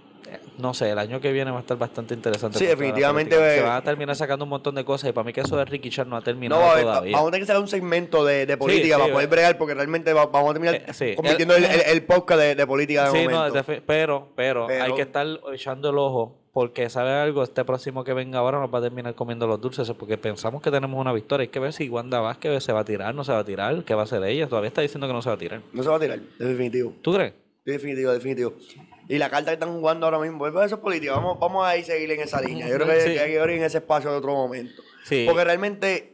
Speaker 1: no sé, el año que viene va a estar bastante interesante.
Speaker 2: Sí,
Speaker 1: con toda la
Speaker 2: definitivamente,
Speaker 1: política. Se
Speaker 2: eh,
Speaker 1: van a terminar sacando un montón de cosas y para mí que eso de Ricky Chan no ha
Speaker 2: No,
Speaker 1: terminado
Speaker 2: va a haber- va-
Speaker 1: todavía.
Speaker 2: vamos a tener que sacar un segmento de, de política
Speaker 1: sí,
Speaker 2: para poder
Speaker 1: eh.
Speaker 2: bregar, porque realmente va- vamos a terminar
Speaker 1: Eh, sí.
Speaker 2: convirtiendo el, el, el podcast de, de política de
Speaker 1: Sí, no,
Speaker 2: momento.
Speaker 1: defi- pero, pero,
Speaker 2: Pero-
Speaker 1: hay que estar echando el ojo porque, ¿sabe algo? Este próximo que venga ahora nos va a terminar comiendo los dulces porque pensamos que tenemos una victoria. Hay que ver si Wanda Vázquez se va a tirar, no se va a tirar, qué va a hacer ella. Todavía está diciendo que no se va a tirar.
Speaker 2: No se va a tirar, definitivo.
Speaker 1: ¿Tú crees?
Speaker 2: Definitivo, definitivo. Y la carta que están jugando ahora mismo, pues, eso es política. Vamos, vamos a ir seguir en esa línea. Yo creo que,
Speaker 1: Sí.
Speaker 2: que hay que abrir en ese espacio de otro momento.
Speaker 1: Sí.
Speaker 2: Porque realmente,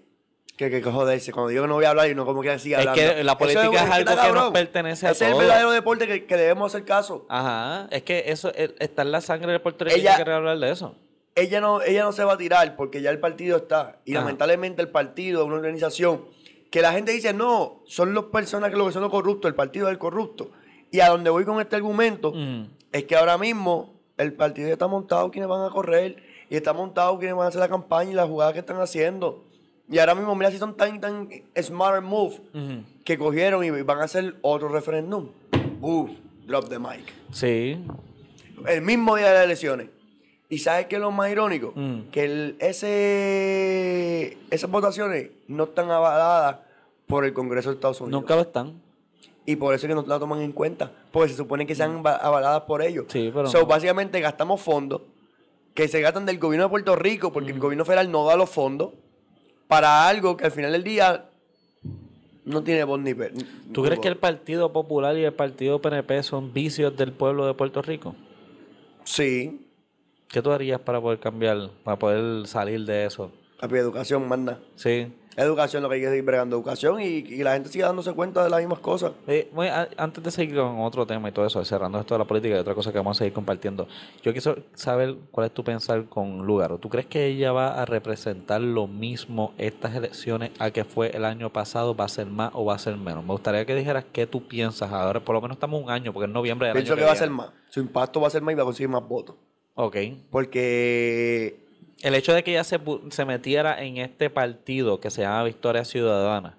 Speaker 2: que, que, que joderse, cuando digo que no voy a hablar y no como quieran seguir
Speaker 1: Es
Speaker 2: hablando.
Speaker 1: que la
Speaker 2: Eso
Speaker 1: política es
Speaker 2: está
Speaker 1: algo que nos
Speaker 2: cabrón.
Speaker 1: pertenece a
Speaker 2: Ese es el
Speaker 1: todos.
Speaker 2: verdadero deporte que, que debemos hacer caso.
Speaker 1: Ajá, es que eso eh, está en la sangre del puertorriqueño
Speaker 2: Ella-
Speaker 1: querer hablar de eso.
Speaker 2: ella no, ella no se va a tirar porque ya el partido está. Y
Speaker 1: Ajá.
Speaker 2: lamentablemente el partido es una organización que la gente dice, no, son las personas que lo que son los corruptos, el partido es el corrupto. Y a donde voy con este argumento
Speaker 1: Mm.
Speaker 2: es que ahora mismo el partido ya está montado quienes van a correr y está montado quienes van a hacer la campaña y las jugadas que están haciendo. Y ahora mismo, mira si son tan, tan smart move
Speaker 1: Ujú.
Speaker 2: que cogieron y van a hacer otro referéndum. Uf, drop the mic
Speaker 1: Sí,
Speaker 2: el mismo día de las elecciones. ¿Y sabes qué es lo más irónico?
Speaker 1: Mm.
Speaker 2: Que el- ese, esas votaciones no están avaladas por el Congreso de Estados Unidos.
Speaker 1: nunca lo están.
Speaker 2: Y por eso es que no la toman en cuenta. Porque se supone que sean va- avaladas por ellos.
Speaker 1: Mm. Sí, pero
Speaker 2: So,
Speaker 1: no.
Speaker 2: básicamente gastamos fondos que se gastan del gobierno de Puerto Rico porque
Speaker 1: Mm.
Speaker 2: el gobierno federal no da los fondos para algo que al final del día no tiene voz ni pe-
Speaker 1: ¿Tú
Speaker 2: ni
Speaker 1: crees que el
Speaker 2: voz.
Speaker 1: Partido Popular y el Partido PNP son vicios del pueblo de Puerto Rico?
Speaker 2: Sí,
Speaker 1: ¿Qué tú harías para poder cambiar, para poder salir de eso?
Speaker 2: papi, educación manda.
Speaker 1: Sí.
Speaker 2: Educación, lo que hay que seguir bregando, educación y, y la gente sigue dándose cuenta de las mismas cosas.
Speaker 1: Eh, voy a- antes de seguir con otro tema y todo eso, cerrando esto de la política y otra cosa que vamos a seguir compartiendo, yo quiero saber cuál es tu pensar con Lugaro. ¿Tú crees que ella va a representar lo mismo estas elecciones a que fue el año pasado? ¿Va a ser más o va a ser menos? Me gustaría que dijeras qué tú piensas ahora. Por lo menos estamos un año, porque en noviembre del
Speaker 2: Pienso
Speaker 1: año
Speaker 2: que va a
Speaker 1: viene.
Speaker 2: ser más. Su impacto va a ser más y va a conseguir más votos.
Speaker 1: Ok.
Speaker 2: Porque
Speaker 1: El hecho de que ella se, pu- se metiera en este partido que se llama Victoria Ciudadana,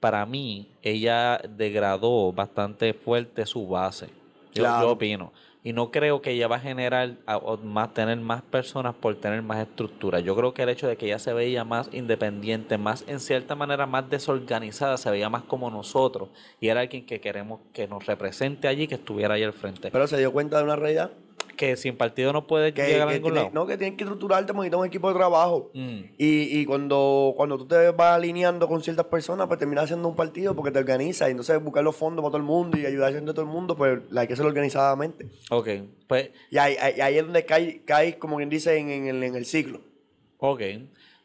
Speaker 1: para mí, ella degradó bastante fuerte su base. Yo, yo
Speaker 2: Claro.
Speaker 1: opino. Y no creo que ella va a generar a- o más, tener más personas por tener más estructura. Yo creo que el hecho de que ella se veía más independiente, más en cierta manera más desorganizada, se veía más como nosotros. Y era alguien que queremos que nos represente allí, que estuviera ahí al frente.
Speaker 2: pero se dio cuenta de una realidad.
Speaker 1: que sin partido no puede
Speaker 2: Que,
Speaker 1: llegar a
Speaker 2: que
Speaker 1: ningún
Speaker 2: tiene-
Speaker 1: lado.
Speaker 2: no, que tienen que estructurarte porque necesitas un equipo de trabajo.
Speaker 1: Mm.
Speaker 2: Y, y cuando, cuando tú te vas alineando con ciertas personas, pues terminas haciendo un partido porque te organizas. Y entonces buscar los fondos para todo el mundo y ayudar a todo el mundo, pues hay que hacerlo organizadamente.
Speaker 1: Ok, pues
Speaker 2: Y ahí, ahí- ahí es donde caes, caes como quien dice, en, en el- en el ciclo.
Speaker 1: Ok.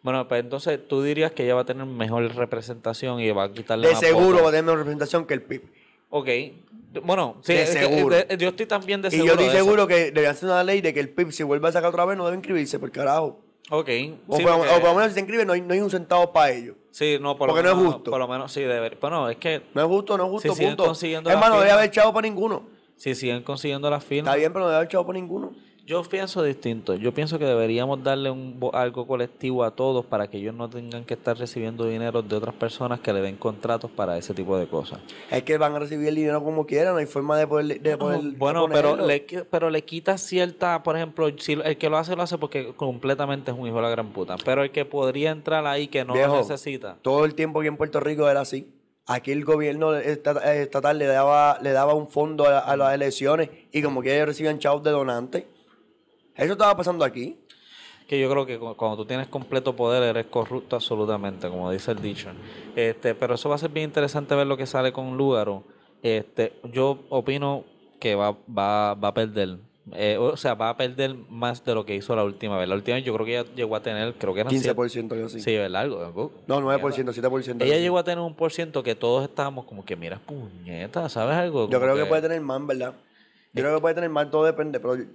Speaker 1: Bueno, pues entonces tú dirías que ella va a tener mejor representación y va a quitarle
Speaker 2: De
Speaker 1: más
Speaker 2: seguro va
Speaker 1: votos.
Speaker 2: a tener menos representación que el PIB.
Speaker 1: Ok. Bueno, sí,
Speaker 2: De
Speaker 1: es que-
Speaker 2: seguro.
Speaker 1: de- yo estoy también de
Speaker 2: Y
Speaker 1: seguro.
Speaker 2: yo estoy
Speaker 1: de eso.
Speaker 2: seguro que deberían hacer una ley de que el PIB, si vuelve a sacar otra vez, no debe inscribirse, por carajo. O,
Speaker 1: Ok. sí,
Speaker 2: por,
Speaker 1: porque-
Speaker 2: o por lo menos si se inscribe, no hay, no hay un centavo para ellos.
Speaker 1: sí, no, por lo
Speaker 2: porque no es
Speaker 1: menos-
Speaker 2: justo.
Speaker 1: Por lo menos sí, deber- Bueno, es que
Speaker 2: No es justo, no es
Speaker 1: Si
Speaker 2: justo,
Speaker 1: siguen
Speaker 2: punto.
Speaker 1: consiguiendo la
Speaker 2: Hermano, no debe
Speaker 1: firma.
Speaker 2: haber chavo para ninguno.
Speaker 1: si siguen consiguiendo la firma.
Speaker 2: Está bien, pero no debe haber chavo para ninguno.
Speaker 1: Yo pienso distinto. Yo pienso que deberíamos darle un, vo- algo colectivo a todos para que ellos no tengan que estar recibiendo dinero de otras personas que le den contratos para ese tipo de cosas.
Speaker 2: Es que van a recibir el dinero como quieran, no hay forma de poder. De poder
Speaker 1: Bueno, pero
Speaker 2: ponerlo.
Speaker 1: le, qui- pero le quita cierta, por ejemplo, si el que lo hace, lo hace porque completamente es un hijo de la gran puta. Pero el que podría entrar ahí que no
Speaker 2: Viejo,
Speaker 1: lo necesita.
Speaker 2: Todo el tiempo aquí en Puerto Rico era así. Aquí el gobierno esta- eh, estatal le daba, le daba un fondo a, a las elecciones y como que ellos recibían chavos de donantes. Eso estaba pasando aquí.
Speaker 1: Que yo creo que cu- cuando tú tienes completo poder eres corrupto absolutamente, como dice el dicho. Este, pero eso va a ser bien interesante ver lo que sale con Lugaro. Este, yo opino que va, va, va a perder. Eh, o sea, va a perder más de lo que hizo la última vez. La última vez yo creo que ella llegó a tener, creo que eran
Speaker 2: 15% yo sí.
Speaker 1: siete- Sí, ¿verdad? Algo, algo.
Speaker 2: No, 9%, 7%.
Speaker 1: Ella
Speaker 2: yo sí.
Speaker 1: llegó a tener un por ciento que todos estábamos como que, mira, puñeta, ¿sabes algo?
Speaker 2: Yo
Speaker 1: Como
Speaker 2: creo que puede tener más, ¿verdad? Yo creo que puede tener más, todo depende, pero yo-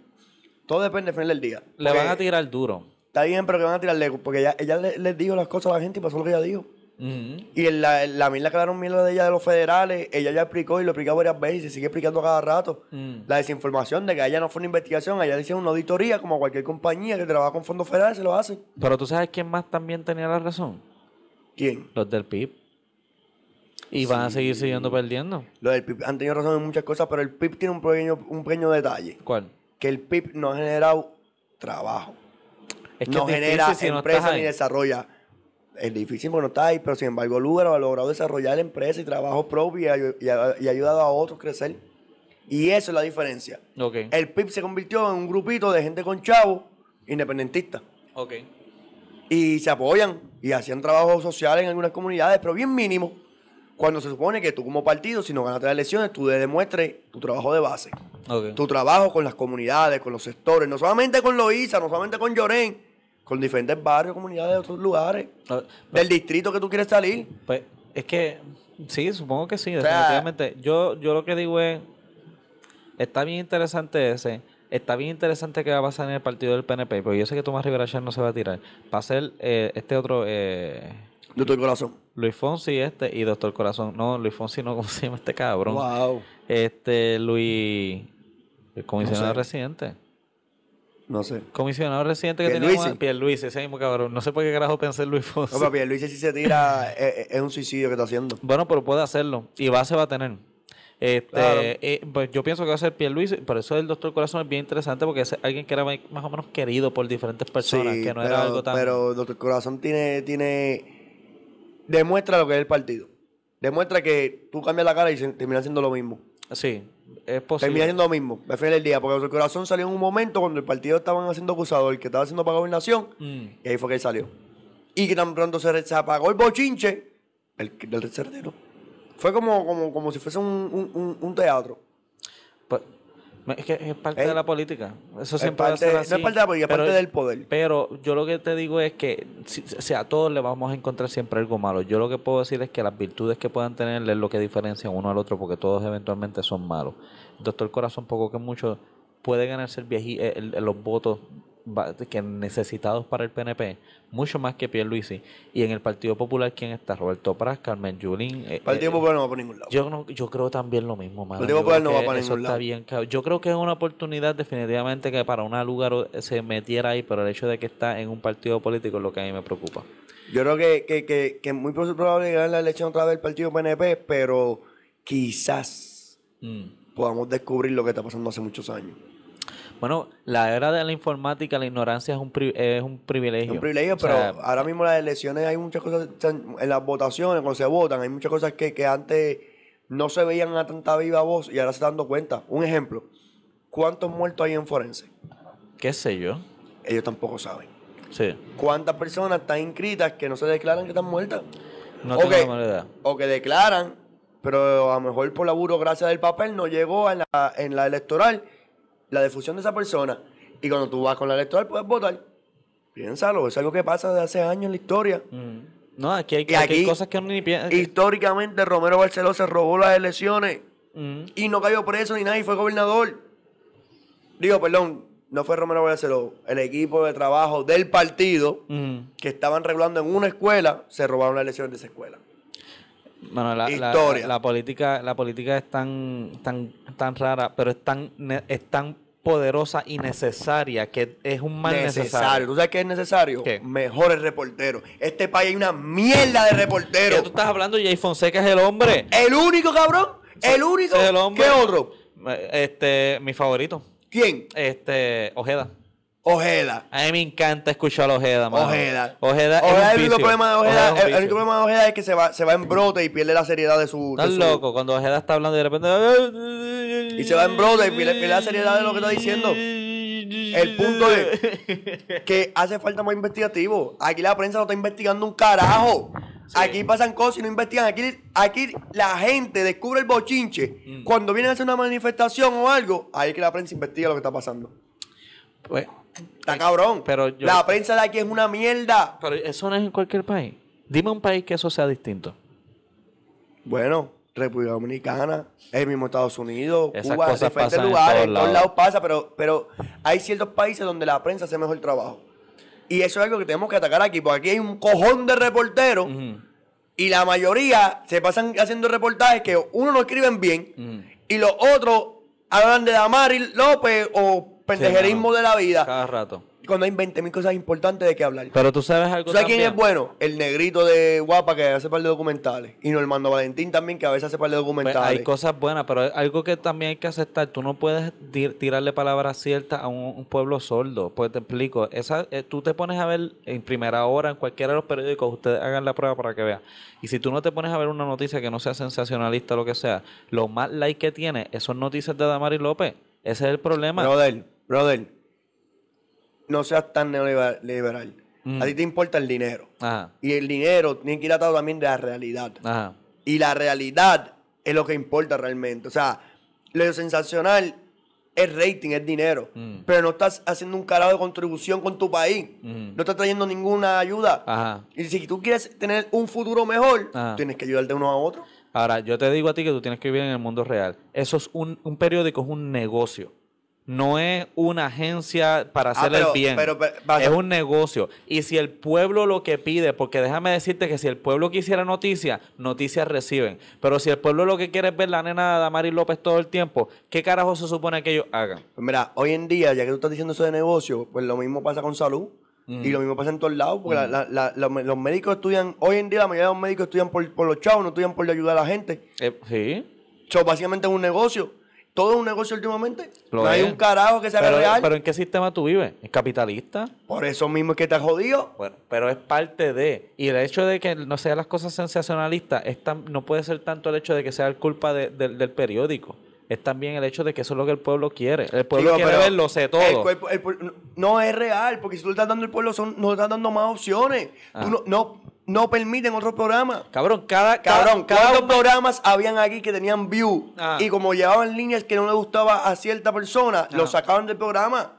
Speaker 2: todo depende al final del día.
Speaker 1: Le
Speaker 2: Porque
Speaker 1: van a tirar duro.
Speaker 2: Está bien, pero que van a tirarle, porque ella, ella le- les, dijo las cosas a la gente y pasó lo que ella dijo.
Speaker 1: Ujú.
Speaker 2: Y en la, en la mierda que dieron mierda de ella de los federales, ella ya explicó y lo explicó varias veces y se sigue explicando a cada rato.
Speaker 1: Mm.
Speaker 2: La desinformación de que a ella no fue una investigación, a ella le hicieron una auditoría, como a cualquier compañía que trabaja con fondos federales, se lo hace.
Speaker 1: Pero tú sabes quién más también tenía la razón.
Speaker 2: ¿Quién?
Speaker 1: Los del PIB. Y van a seguir siguiendo perdiendo.
Speaker 2: Lo del PIB han tenido razón en muchas cosas, pero el PIB tiene un pequeño, un pequeño detalle,
Speaker 1: ¿Cuál?
Speaker 2: que el PIB no ha generado trabajo.
Speaker 1: Es que
Speaker 2: no
Speaker 1: es difícil
Speaker 2: genera
Speaker 1: si no estás
Speaker 2: empresa
Speaker 1: ahí.
Speaker 2: ni desarrolla. Es difícil porque no está ahí, pero sin embargo Lugaro ha logrado desarrollar empresa y trabajo propio y, ayu- y ha, y ha ayudado a otros a crecer. Y eso es la diferencia.
Speaker 1: Ok,
Speaker 2: El PIB se convirtió en un grupito de gente con chavos independentistas.
Speaker 1: ok.
Speaker 2: Y se apoyan y hacían trabajo social en algunas comunidades, pero bien mínimo. Cuando se supone que tú como partido, si no ganas las elecciones, tú demuestres tu trabajo de base
Speaker 1: Ok.
Speaker 2: tu trabajo con las comunidades, con los sectores, no solamente con Loíza, no solamente con Llorén, con diferentes barrios, comunidades de otros lugares,
Speaker 1: Ah,
Speaker 2: del distrito que tú quieres salir.
Speaker 1: Pues, es que, sí, supongo que sí,
Speaker 2: sea,
Speaker 1: definitivamente. yo, yo lo que digo es, está bien interesante ese, está bien interesante que va a pasar en el partido del PNP, porque yo sé que Tomás Rivera Chat no se va a tirar. Va a ser eh, este otro, eh,
Speaker 2: De todo el corazón.
Speaker 1: Luis Fonsi este y Doctor Corazón. No, Luis Fonsi no, ¿cómo se llama este cabrón?
Speaker 2: Wow.
Speaker 1: Este, Luis, el comisionado
Speaker 2: No sé.
Speaker 1: residente.
Speaker 2: No sé.
Speaker 1: Comisionado residente que
Speaker 2: Pierluisi.
Speaker 1: teníamos... Luis, ese mismo cabrón. No sé por qué carajo pensé en Luis Fonsi.
Speaker 2: No, pero Luis si se tira, es, es- es un suicidio que está haciendo.
Speaker 1: Bueno, pero puede hacerlo. Y base va a tener. Este,
Speaker 2: Claro.
Speaker 1: eh, pues yo pienso que va a ser Pierluisi, por eso el Doctor Corazón es bien interesante porque es alguien que era más más o menos querido por diferentes personas,
Speaker 2: Sí,
Speaker 1: que no
Speaker 2: pero,
Speaker 1: era algo tan...
Speaker 2: pero Doctor Corazón tiene, tiene. Demuestra lo que es el partido. Demuestra que tú cambias la cara y se- terminas haciendo lo mismo.
Speaker 1: Sí, es
Speaker 2: Termina
Speaker 1: posible.
Speaker 2: haciendo lo mismo, al final del día, porque Doctor Corazón salió en un momento cuando el partido estaban haciendo acusado, el que estaba haciendo para gobernación,
Speaker 1: Mm.
Speaker 2: Y ahí fue que él salió. Y que tan pronto se, re- se apagó el bochinche el, del cerdero. Fue como, como, como si fuese un, un- un- un teatro.
Speaker 1: Pues, me- es que es parte
Speaker 2: Eh,
Speaker 1: de la política. Eso
Speaker 2: es
Speaker 1: siempre va a
Speaker 2: parte-
Speaker 1: ser
Speaker 2: no es
Speaker 1: así,
Speaker 2: parte de la política, es
Speaker 1: pero- eh,
Speaker 2: parte del poder.
Speaker 1: Pero yo lo que te digo es que si, si a todos le vamos a encontrar siempre algo malo. Yo lo que puedo decir es que las virtudes que puedan tener es lo que diferencian uno al otro, porque todos eventualmente son malos. Doctor Corazón, poco que mucho, puede ganarse el vieji- el- el- eh, los votos va- que necesitados para el PNP, mucho más que Pierluisi. Y en el Partido Popular, ¿quién está? Roberto Pras, Carmen Yulín. eh,
Speaker 2: Partido
Speaker 1: eh,
Speaker 2: Popular no va por ningún lado.
Speaker 1: yo, no, yo creo también lo mismo, mano.
Speaker 2: Partido
Speaker 1: Yo
Speaker 2: Popular
Speaker 1: creo
Speaker 2: no va
Speaker 1: que
Speaker 2: para
Speaker 1: eso
Speaker 2: ningún
Speaker 1: está
Speaker 2: lado.
Speaker 1: bien cab- Yo creo que es una oportunidad definitivamente que para una lugar o- eh, se metiera ahí, pero el hecho de que está en un partido político es lo que a mí me preocupa.
Speaker 2: Yo creo que, que, que, que es muy probable que gane la elección otra vez el partido PNP, pero quizás
Speaker 1: Mm.
Speaker 2: podamos descubrir lo que está pasando hace muchos años.
Speaker 1: Bueno, la era de la informática, la ignorancia es un, pri- es un privilegio.
Speaker 2: Es un privilegio,
Speaker 1: O sea,
Speaker 2: pero ahora mismo las elecciones hay muchas cosas, o sea, en las votaciones, cuando se votan, hay muchas cosas que, que antes no se veían a tanta viva voz y ahora se están dando cuenta. Un ejemplo, ¿cuántos muertos hay en Forense?
Speaker 1: ¿Qué sé yo?
Speaker 2: Ellos tampoco saben.
Speaker 1: Sí.
Speaker 2: ¿Cuántas personas están inscritas que no se declaran que están muertas?
Speaker 1: No
Speaker 2: Ok.
Speaker 1: tengo la menor idea.
Speaker 2: o que declaran, pero a lo mejor por la burocracia del papel no llegó en la, en la electoral la difusión de esa persona. Y cuando tú vas con la electoral puedes votar. Piénsalo, es algo que pasa desde hace años en la historia.
Speaker 1: Mm. No, aquí hay,
Speaker 2: Y
Speaker 1: aquí hay
Speaker 2: aquí-
Speaker 1: cosas que uno ni piensa.
Speaker 2: Históricamente Romero Barceló se robó las elecciones
Speaker 1: Mm.
Speaker 2: y no cayó preso ni nadie, fue gobernador. Digo, perdón, no fue Romero Barceló, el equipo de trabajo del partido
Speaker 1: Mm.
Speaker 2: que estaban regulando en una escuela, se robaron las elecciones de esa escuela.
Speaker 1: Bueno, la, la-
Speaker 2: Historia.
Speaker 1: La, política, la política es tan, tan, tan rara, pero es tan, ne- es tan poderosa y necesaria que es un mal
Speaker 2: necesario.
Speaker 1: necesario.
Speaker 2: ¿Tú sabes qué es necesario?
Speaker 1: ¿Qué?
Speaker 2: Mejores reporteros. Este país hay una mierda de
Speaker 1: ¿Qué
Speaker 2: reporteros.
Speaker 1: tú estás hablando? Jay Fonseca es el hombre.
Speaker 2: El único, cabrón. El único.
Speaker 1: Es el hombre.
Speaker 2: ¿Qué otro?
Speaker 1: Eh, Este, mi favorito.
Speaker 2: ¿Quién?
Speaker 1: Este, Ojeda.
Speaker 2: Ojeda.
Speaker 1: A mí me encanta escuchar a Ojeda, mano.
Speaker 2: Ojeda.
Speaker 1: Ojeda. es un
Speaker 2: el único
Speaker 1: vicio.
Speaker 2: problema de Ojeda.
Speaker 1: es un
Speaker 2: el- el,
Speaker 1: vicio.
Speaker 2: único problema de Ojeda es que se va, se va en brote y pierde la seriedad de su. de
Speaker 1: Estás
Speaker 2: su-
Speaker 1: loco, cuando Ojeda está hablando y de repente.
Speaker 2: Y se va en brote y pierde- pierde la seriedad de lo que está diciendo.
Speaker 1: El
Speaker 2: El punto Que hace falta más investigativo. Aquí la prensa no está investigando un carajo. Aquí pasan cosas y no investigan. Aquí, aquí la gente descubre el bochinche.
Speaker 1: Mm.
Speaker 2: Cuando vienen a hacer una manifestación o algo, ahí es que la prensa investiga lo que está pasando.
Speaker 1: Pues,
Speaker 2: Está cabrón.
Speaker 1: pero yo-
Speaker 2: La prensa de aquí es una mierda.
Speaker 1: pero eso no es en cualquier país. Dime un país que eso sea distinto.
Speaker 2: Bueno, República Dominicana, el mismo Estados Unidos,
Speaker 1: Esas
Speaker 2: Cuba,
Speaker 1: cosas
Speaker 2: diferentes
Speaker 1: pasan en
Speaker 2: lugares,
Speaker 1: todos
Speaker 2: en todos
Speaker 1: lados.
Speaker 2: lados pasa, pero, pero hay ciertos países donde la prensa hace mejor trabajo. Y eso es algo que tenemos que atacar aquí, porque aquí hay un cojón de reporteros
Speaker 1: Ujú,
Speaker 2: y la mayoría se pasan haciendo reportajes que uno no escriben bien
Speaker 1: ujú.
Speaker 2: y los otros hablan de Damari López o pendejerismo
Speaker 1: mano.
Speaker 2: de la vida.
Speaker 1: Cada rato.
Speaker 2: Cuando hay 20.000 cosas importantes de qué hablar.
Speaker 1: Pero tú sabes algo
Speaker 2: ¿Tú sabes quién
Speaker 1: también?
Speaker 2: es bueno? El negrito de Guapa que hace par de documentales. Y Normando Valentín también que a veces hace par de
Speaker 1: Pues,
Speaker 2: documentales.
Speaker 1: hay cosas buenas, pero hay algo que también hay que aceptar, tú no puedes di- tirarle palabras ciertas a un, un pueblo sordo. Pues te explico, esa, eh, tú te pones a ver en primera hora, en cualquiera de los periódicos, ustedes hagan la prueba para que vean. Y si tú no te pones a ver una noticia que no sea sensacionalista o lo que sea, lo más like que tiene es son noticias de Damari López. Ese es el problema.
Speaker 2: Brother, brother. No seas tan neoliberal.
Speaker 1: Mm.
Speaker 2: A ti te importa el dinero.
Speaker 1: Ajá,
Speaker 2: Y el dinero tiene que ir atado también de la realidad.
Speaker 1: ajá.
Speaker 2: Y la realidad es lo que importa realmente. O sea, lo sensacional es rating, es dinero.
Speaker 1: Mm.
Speaker 2: Pero no estás haciendo un carajo de contribución con tu país.
Speaker 1: Mm.
Speaker 2: No estás trayendo ninguna ayuda.
Speaker 1: Ajá.
Speaker 2: Y si tú quieres tener un futuro mejor,
Speaker 1: Ajá.
Speaker 2: tienes que ayudarte uno a otro.
Speaker 1: Ahora, yo te digo a ti que tú tienes que vivir en el mundo real. Eso es un, un periódico, es un negocio. No es una agencia para hacer
Speaker 2: Ah, pero-
Speaker 1: el bien.
Speaker 2: pero- pero- vas-
Speaker 1: es un negocio. Y si el pueblo lo que pide, porque déjame decirte que si el pueblo quisiera noticias, noticias reciben. Pero si el pueblo lo que quiere es ver la nena de Damari López todo el tiempo, ¿qué carajo se supone que ellos hagan?
Speaker 2: Pues mira, hoy en día, ya que tú estás diciendo eso de negocio, pues lo mismo pasa con salud.
Speaker 1: Mm.
Speaker 2: Y lo mismo pasa en todos lados, porque la- la- la- los, los médicos estudian, hoy en día la mayoría de los médicos estudian por, por los chavos, no estudian por ayudar a la gente.
Speaker 1: Eh, sí.
Speaker 2: So, básicamente es un negocio. Todo es un negocio últimamente.
Speaker 1: Lo
Speaker 2: no hay
Speaker 1: es.
Speaker 2: un carajo que se haga
Speaker 1: Pero,
Speaker 2: real.
Speaker 1: pero ¿en qué sistema tú vives? ¿Es capitalista?
Speaker 2: por eso mismo es que te jodido.
Speaker 1: Bueno, pero es parte de. Y el hecho de que no sean las cosas sensacionalistas es tan- no puede ser tanto el hecho de que sea el culpa de- del- del periódico. Es también el hecho de que eso es lo que el pueblo quiere. El pueblo
Speaker 2: Digo,
Speaker 1: quiere
Speaker 2: pero
Speaker 1: ver lo sé todo.
Speaker 2: el cuerpo- el pueblo- no es real, porque si tú le estás dando al pueblo, son, no le estás dando más opciones.
Speaker 1: Ah.
Speaker 2: Tú no, no, no permiten otros programas.
Speaker 1: Cabrón, cada. cada-
Speaker 2: Cabrón,
Speaker 1: cada
Speaker 2: ¿cuántos
Speaker 1: un-
Speaker 2: programas habían aquí que tenían view?
Speaker 1: Ah.
Speaker 2: Y como llevaban líneas que no le gustaba a cierta persona,
Speaker 1: Ah.
Speaker 2: lo sacaban del programa.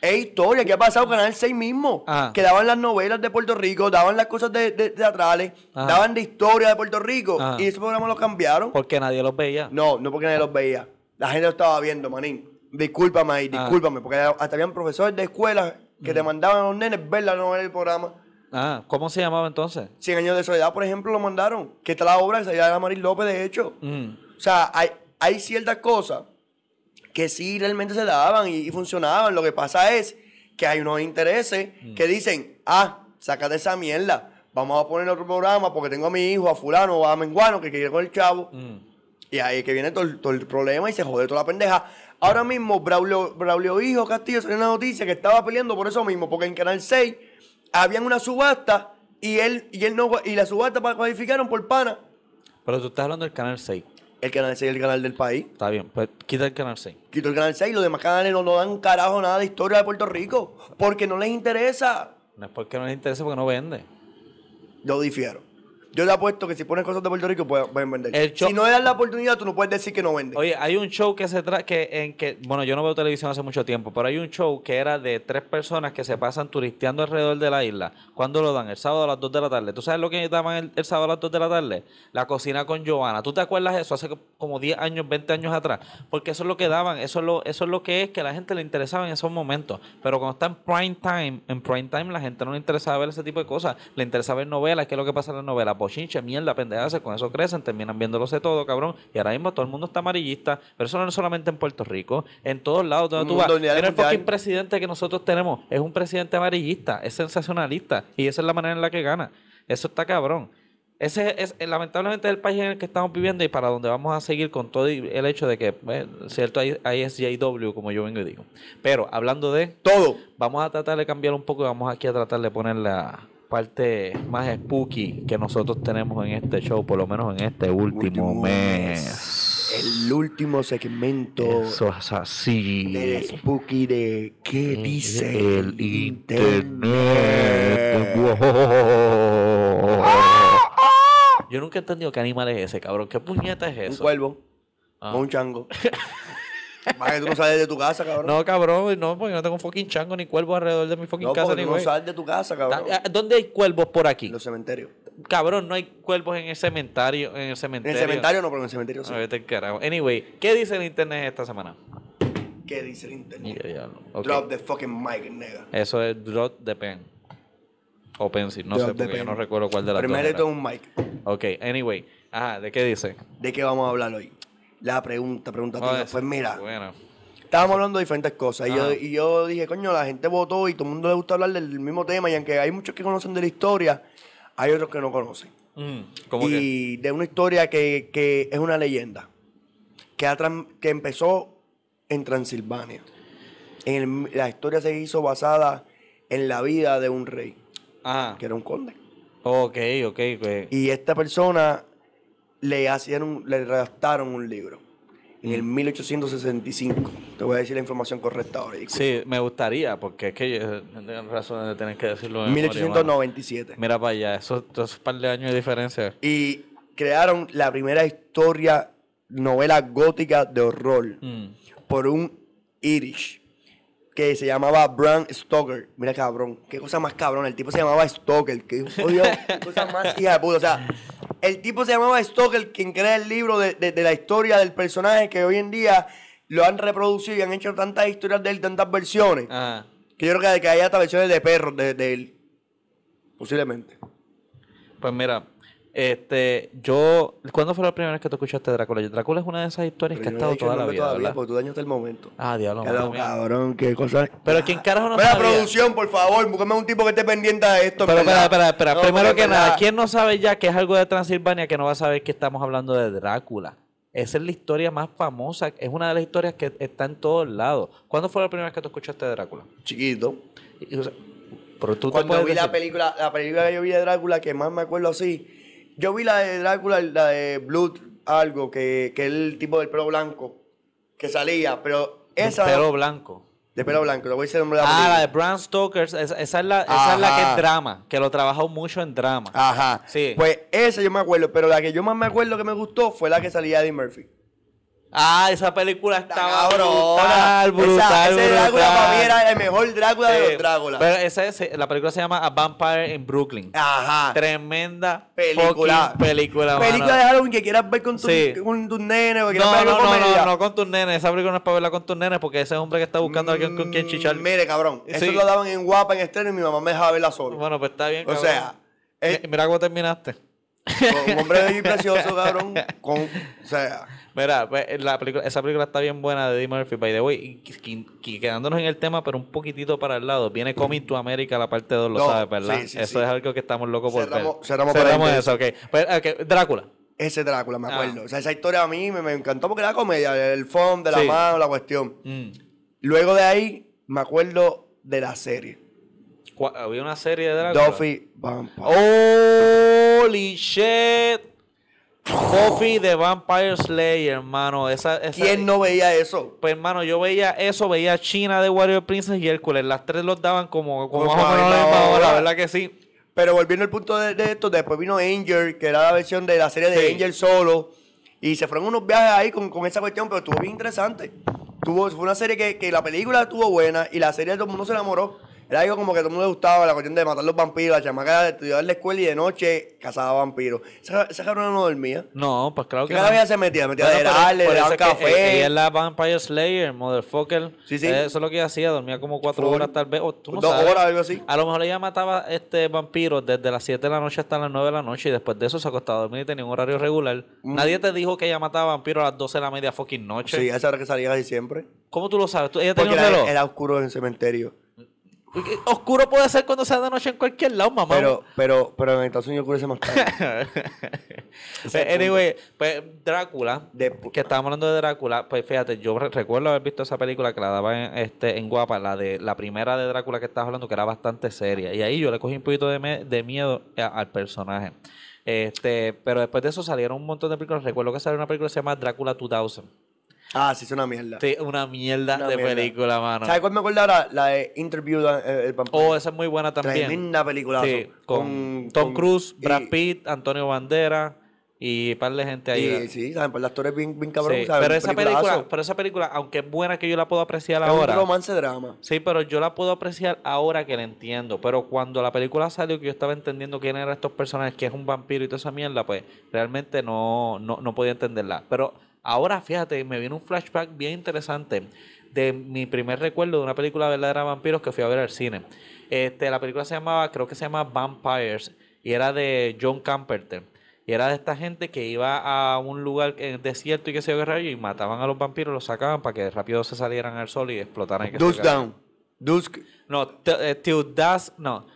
Speaker 2: Es historia, ¿qué ha pasado? Canal 6 mismo.
Speaker 1: Ah.
Speaker 2: Que daban las novelas de Puerto Rico, daban las cosas de, de- teatrales,
Speaker 1: Ah.
Speaker 2: daban de historia de Puerto Rico.
Speaker 1: Ah.
Speaker 2: Y esos programas los cambiaron.
Speaker 1: Porque nadie los veía.
Speaker 2: No, no porque nadie los veía. La gente lo estaba viendo, manín. Discúlpame ahí,
Speaker 1: Ah. Mm.
Speaker 2: discúlpame, porque hasta habían profesores de escuelas que te mandaban a los nenes verla, no ver el programa.
Speaker 1: Ah, ¿cómo se llamaba entonces?
Speaker 2: 100 años de soledad, por ejemplo, lo mandaron. Que está la obra que salía de Maril López, de hecho.
Speaker 1: Mm.
Speaker 2: O sea, hay, hay ciertas cosas que sí realmente se daban y, y funcionaban. Lo que pasa es que hay unos intereses que dicen, ah, sácate esa mierda. Vamos a poner otro programa porque tengo a mi hijo, a fulano o a menguano que quiere con el chavo.
Speaker 1: Mm.
Speaker 2: Y ahí es que viene todo, el- todo el problema y se jode toda la pendeja. Ahora mismo, Braulio, Braulio Hijo Castillo salió una noticia que estaba peleando por eso mismo, porque en Canal 6 habían una subasta y él, y él no y la subasta pa- cualificaron por pana.
Speaker 1: Pero tú estás hablando del canal 6.
Speaker 2: El Canal 6 es el canal del país.
Speaker 1: Está bien, pues quita el canal 6.
Speaker 2: Quito el Canal 6, los demás canales no, no dan carajo nada de historia de Puerto Rico, porque no les interesa.
Speaker 1: No es porque no les interese, porque no vende.
Speaker 2: Yo difiero. Yo te apuesto que si pones cosas de Puerto Rico, pueden pueden vender.
Speaker 1: El cho-
Speaker 2: si no le das la oportunidad, tú no puedes decir que no vende.
Speaker 1: Oye, hay un show que se tra que en que bueno, yo no veo televisión hace mucho tiempo, pero hay un show que era de tres personas que se pasan turisteando alrededor de la isla. ¿Cuándo lo dan? El sábado a las 2 de la tarde. ¿Tú sabes lo que daban el, el sábado a las 2 de la tarde? La cocina con Giovanna. ¿Tú te acuerdas de eso hace co- como 10 años, 20 años atrás? Porque eso es lo que daban, eso es lo eso es lo que es que a la gente le interesaba en esos momentos, pero cuando está en prime time, en prime time la gente no le interesaba ver ese tipo de cosas, le interesaba ver novelas, qué es lo que pasa en las novelas, bochinche, mierda, pendejadas, con eso crecen, terminan viéndolo sé todo, cabrón, y ahora mismo todo el mundo está amarillista, pero eso no es solamente en Puerto Rico, en todos lados donde
Speaker 2: Un
Speaker 1: tú vas,
Speaker 2: mundo ideal
Speaker 1: mira el
Speaker 2: mundial.
Speaker 1: fucking presidente que nosotros tenemos, es un presidente amarillista, es sensacionalista, y esa es la manera en la que gana, eso está cabrón. Ese es, es- lamentablemente es el país en el que estamos viviendo y para donde vamos a seguir con todo y el hecho de que, pues, cierto, hay, hay SJW, como yo vengo y digo. Pero hablando de,
Speaker 2: Todo.
Speaker 1: vamos a tratar de cambiar un poco y vamos aquí a tratar de poner la parte más spooky que nosotros tenemos en este show, por lo menos en este último,
Speaker 2: Último
Speaker 1: mes.
Speaker 2: El último segmento
Speaker 1: Eso es así.
Speaker 2: del Spooky de ¿Qué dice
Speaker 1: el
Speaker 2: internet?
Speaker 1: internet. Wow. Yo nunca he entendido qué animal es ese, cabrón. ¿Qué puñeta es
Speaker 2: Un
Speaker 1: eso?
Speaker 2: cuervo,
Speaker 1: Ah.
Speaker 2: no un chango. Para que tú no sales de tu casa, cabrón. No,
Speaker 1: No, cabrón, no, porque no tengo un fucking chango ni cuervo alrededor de mi fucking casa.
Speaker 2: porque
Speaker 1: Ni ah,
Speaker 2: tú no sales de tu casa, cabrón.
Speaker 1: ¿Dónde hay cuervos por aquí?
Speaker 2: En los cementerios.
Speaker 1: Cabrón, no hay cuervos en el cementerio. En el
Speaker 2: En
Speaker 1: cementerio.
Speaker 2: el cementerio no, pero en el cementerio sí.
Speaker 1: Ah, vete al carajo. Anyway, ¿qué dice el internet esta semana?
Speaker 2: ¿Qué dice el internet?
Speaker 1: Ya, ya, no. Ok.
Speaker 2: Drop the fucking mic, nigga.
Speaker 1: Eso es drop the pen. O pencil, no
Speaker 2: Drop
Speaker 1: sé,
Speaker 2: the
Speaker 1: porque yo
Speaker 2: pen.
Speaker 1: no recuerdo cuál de las
Speaker 2: Primero esto
Speaker 1: dos.
Speaker 2: es un mic.
Speaker 1: era. Ok, anyway. Ajá, ¿de qué dice?
Speaker 2: ¿De qué vamos a hablar hoy? La pregunta, pregunta
Speaker 1: Ah,
Speaker 2: tuya.
Speaker 1: esa-
Speaker 2: Pues mira,
Speaker 1: Bueno.
Speaker 2: estábamos hablando de diferentes cosas. Y yo,
Speaker 1: Ajá.
Speaker 2: y yo dije, coño, la gente votó y todo el mundo le gusta hablar del mismo tema. Y aunque hay muchos que conocen de la historia, hay otros que no conocen.
Speaker 1: Mm, ¿Cómo que?
Speaker 2: y de una historia que, que es una leyenda. Que, ha tran- que empezó en Transilvania. En el- la historia se hizo basada en la vida de un rey,
Speaker 1: Ajá.
Speaker 2: que era un conde.
Speaker 1: Ok, Ah, ok. pues, ok.
Speaker 2: Y esta persona le hicieron, le redactaron un libro. En el 1865. Te voy a decir la información correcta ahora. disculpa.
Speaker 1: Sí, me gustaría, porque es que yo no tengo razón de tener que decirlo. en memoria, mano.
Speaker 2: 1897.
Speaker 1: Mira para allá, esos esos par de años de diferencia.
Speaker 2: Y crearon la primera historia, novela gótica de horror.
Speaker 1: Mm.
Speaker 2: por un Irish que se llamaba Bram Stoker. Mira, cabrón, qué cosa más cabrón. El tipo se llamaba Stoker. Qué, odio, qué cosa más hija de puta. O sea, el tipo se llamaba Stoker, quien crea el libro de, de- de la historia del personaje que hoy en día lo han reproducido y han hecho tantas historias de él, tantas versiones.
Speaker 1: Ajá.
Speaker 2: Que yo creo que, que hay hasta versiones de perros de, de él. Posiblemente.
Speaker 1: Pues mira, este, yo, ¿cuándo fue la primera vez que tú escuchaste Drácula? Drácula es una de esas historias
Speaker 2: Pero
Speaker 1: que
Speaker 2: yo
Speaker 1: ha
Speaker 2: no
Speaker 1: estado
Speaker 2: he dicho
Speaker 1: toda
Speaker 2: el
Speaker 1: la
Speaker 2: nombre
Speaker 1: vida,
Speaker 2: todavía,
Speaker 1: ¿verdad?
Speaker 2: porque tú dañaste el momento.
Speaker 1: Ah, diablo,
Speaker 2: Claro,
Speaker 1: mala mía.
Speaker 2: cabrón, qué cosa.
Speaker 1: Pero ¿quién carajo no
Speaker 2: Mira,
Speaker 1: sabía?
Speaker 2: producción, por favor, búscame un tipo que esté pendiente a esto. en
Speaker 1: Pero espera,
Speaker 2: verdad.
Speaker 1: espera, espera.
Speaker 2: No,
Speaker 1: Primero
Speaker 2: porque
Speaker 1: que
Speaker 2: en
Speaker 1: nada,
Speaker 2: verdad,
Speaker 1: ¿quién no sabe ya que es algo de Transilvania que no va a saber que estamos hablando de Drácula? Esa es la historia más famosa, es una de las historias que está en todos lados. ¿Cuándo fue la primera vez que tú escuchaste Drácula?
Speaker 2: Chiquito.
Speaker 1: Y, o sea, pero tú te
Speaker 2: Cuando
Speaker 1: puedes
Speaker 2: vi la
Speaker 1: decir-
Speaker 2: película, la película que yo vi de Drácula, que más me acuerdo así, yo vi la de Drácula, la de Blood, algo, que, que es el tipo del pelo blanco, que salía, pero esa...
Speaker 1: Pelo blanco.
Speaker 2: De pelo blanco, lo voy a decir el nombre de la
Speaker 1: Ah, la
Speaker 2: película.
Speaker 1: de Bram Stoker, esa, esa es, la, esa es la que es
Speaker 2: Ajá. Ah.
Speaker 1: drama, que lo trabajó mucho en drama.
Speaker 2: Ajá.
Speaker 1: Sí.
Speaker 2: Pues esa yo me acuerdo, pero la que yo más me acuerdo que me gustó fue la que salía de Murphy.
Speaker 1: Ah, esa película estaba
Speaker 2: Cabrona.
Speaker 1: brutal,
Speaker 2: Esa-
Speaker 1: brutal,
Speaker 2: ese Drácula para mí
Speaker 1: brutal.
Speaker 2: era el mejor Drácula de
Speaker 1: Eh,
Speaker 2: los Dráculas.
Speaker 1: Pero esa es- la película se llama A Vampire in Brooklyn.
Speaker 2: Ajá.
Speaker 1: Tremenda
Speaker 2: Película.
Speaker 1: fucking película, mano.
Speaker 2: Película de Halloween que quieras ver con tus
Speaker 1: Sí.
Speaker 2: con tus nenes, que quieras
Speaker 1: No,
Speaker 2: ver
Speaker 1: no,
Speaker 2: con
Speaker 1: no,
Speaker 2: comedia.
Speaker 1: no, no con tus nenes. Esa película no es para verla con tus nenes porque ese hombre que está buscando a alguien con quien chichar.
Speaker 2: Mm, Mire, cabrón. Eso
Speaker 1: Sí.
Speaker 2: lo daban en guapa en estreno y mi mamá me dejaba verla solo.
Speaker 1: Bueno, pues está bien.
Speaker 2: o
Speaker 1: cabrón.
Speaker 2: sea,
Speaker 1: Mi-
Speaker 2: eh,
Speaker 1: mira cómo terminaste.
Speaker 2: un hombre bello y precioso, cabrón. Con, o sea,
Speaker 1: Mira, pues, la película, esa película está bien buena de Eddie Murphy, by the way. Y qui- qui- quedándonos en el tema, pero un poquitito para el lado. Viene Coming to America, la parte 2, lo
Speaker 2: No,
Speaker 1: sabes, ¿verdad?
Speaker 2: sí, sí,
Speaker 1: Eso
Speaker 2: sí.
Speaker 1: es algo que estamos locos por
Speaker 2: Cerramos-
Speaker 1: ver.
Speaker 2: cerramos
Speaker 1: cerramos
Speaker 2: paréntesis.
Speaker 1: eso, ok. Pues, ok, Drácula.
Speaker 2: ese Drácula, me
Speaker 1: Ah.
Speaker 2: acuerdo. O sea, esa historia a mí me, me encantó porque era comedia, el fondo, de la
Speaker 1: Sí.
Speaker 2: mano, la cuestión.
Speaker 1: Mm.
Speaker 2: Luego de ahí, me acuerdo de la serie.
Speaker 1: Cu- Había una serie de Drácula. Oh,
Speaker 2: Duffy Vampire.
Speaker 1: Holy shit. Buffy the Vampire Slayer, hermano. Esa, esa-
Speaker 2: ¿Quién no veía eso?
Speaker 1: Pues, hermano, yo veía eso, veía China de Warrior Princess y Hércules. Las tres los daban como, como
Speaker 2: Como
Speaker 1: más o
Speaker 2: a la
Speaker 1: menos la
Speaker 2: misma
Speaker 1: misma hora,
Speaker 2: hora.
Speaker 1: ¿verdad que sí?
Speaker 2: Pero volviendo al punto de, de esto, después vino Angel, que era la versión de la serie de
Speaker 1: Sí.
Speaker 2: Angel solo. Y se fueron unos viajes ahí con, con esa cuestión, pero estuvo bien interesante. Tuvo, fue una serie que, que la película estuvo buena y la serie todo el mundo se enamoró. Era algo como que a todo el mundo le gustaba, la cuestión de matar los vampiros, la chamaca de estudiar en la escuela y de noche cazaba vampiros. Esa, esa cabrona no dormía.
Speaker 1: No, pues claro que
Speaker 2: ¿Qué cada
Speaker 1: no.
Speaker 2: vez se metía? Metía
Speaker 1: Bueno,
Speaker 2: de
Speaker 1: pero
Speaker 2: darle,
Speaker 1: por
Speaker 2: le
Speaker 1: eso
Speaker 2: daban
Speaker 1: es que e- Ella
Speaker 2: café.
Speaker 1: es la Vampire Slayer, motherfucker.
Speaker 2: Sí, sí.
Speaker 1: Eso es lo que ella hacía, dormía como cuatro
Speaker 2: Full.
Speaker 1: horas tal vez. o tú no
Speaker 2: Dos
Speaker 1: sabes.
Speaker 2: horas, algo así.
Speaker 1: A lo mejor ella mataba este vampiros desde las 7 de la noche hasta las 9 de la noche y después de eso se acostaba a dormir y tenía un horario regular. Nadie te dijo que ella mataba vampiros a las 12 de la media fucking noche.
Speaker 2: Sí, a esa hora que salía casi siempre.
Speaker 1: ¿Cómo tú lo sabes? ¿Tú- ella tenía
Speaker 2: Porque
Speaker 1: un
Speaker 2: era,
Speaker 1: reloj.
Speaker 2: era oscuro en el cementerio.
Speaker 1: Oscuro puede ser cuando sea de noche en cualquier lado, mamá.
Speaker 2: Pero, pero, pero en Estados Unidos ocurre más tarde.
Speaker 1: Eh, Pues, anyway, pues Drácula,
Speaker 2: De-
Speaker 1: que estábamos hablando de Drácula, pues fíjate, yo re- recuerdo haber visto esa película que la daban en, este, en Guapa, la de la primera de Drácula que estabas hablando, que era bastante seria. Y ahí yo le cogí un poquito de, me- de miedo a- al personaje. Este, pero después de eso salieron un montón de películas. Recuerdo que salió una película que se llama Drácula 2000.
Speaker 2: Ah, sí, es una mierda.
Speaker 1: Sí, una mierda
Speaker 2: Una
Speaker 1: de
Speaker 2: mierda.
Speaker 1: película, mano.
Speaker 2: ¿Sabes cuál me acuerdo ahora? La de Interview eh, el vampiro.
Speaker 1: Oh, esa es muy buena también.
Speaker 2: Tremenda película.
Speaker 1: Sí, con, Tom Cruise, Brad Pitt, Antonio Bandera y un par de gente
Speaker 2: Y,
Speaker 1: ahí. ¿verdad?
Speaker 2: sí, saben, pues por las torres bien, bien
Speaker 1: Sí,
Speaker 2: cabrón. ¿saben?
Speaker 1: pero, esa película,
Speaker 2: Peliculazo.
Speaker 1: pero esa película, aunque es buena que yo la puedo apreciar
Speaker 2: es un
Speaker 1: ahora.
Speaker 2: romance drama.
Speaker 1: Sí, pero yo la puedo apreciar ahora que la entiendo. Pero cuando la película salió, que yo estaba entendiendo quién eran estos personajes, que es un vampiro y toda esa mierda, pues realmente no, no, no podía entenderla. Pero ahora, fíjate, me viene un flashback bien interesante de mi primer recuerdo de una película verdadera de vampiros que fui a ver al cine. Este, la película se llamaba, creo que se llama Vampires, y era de John Camperton. Y era de esta gente que iba a un lugar eh, desierto y que se yo qué rayo, y mataban a los vampiros, los sacaban para que rápido se salieran al sol y explotaran. y qué sé yo
Speaker 2: Dusk
Speaker 1: qué.
Speaker 2: Down. Dusk.
Speaker 1: No, t- eh, Till Dusk, no.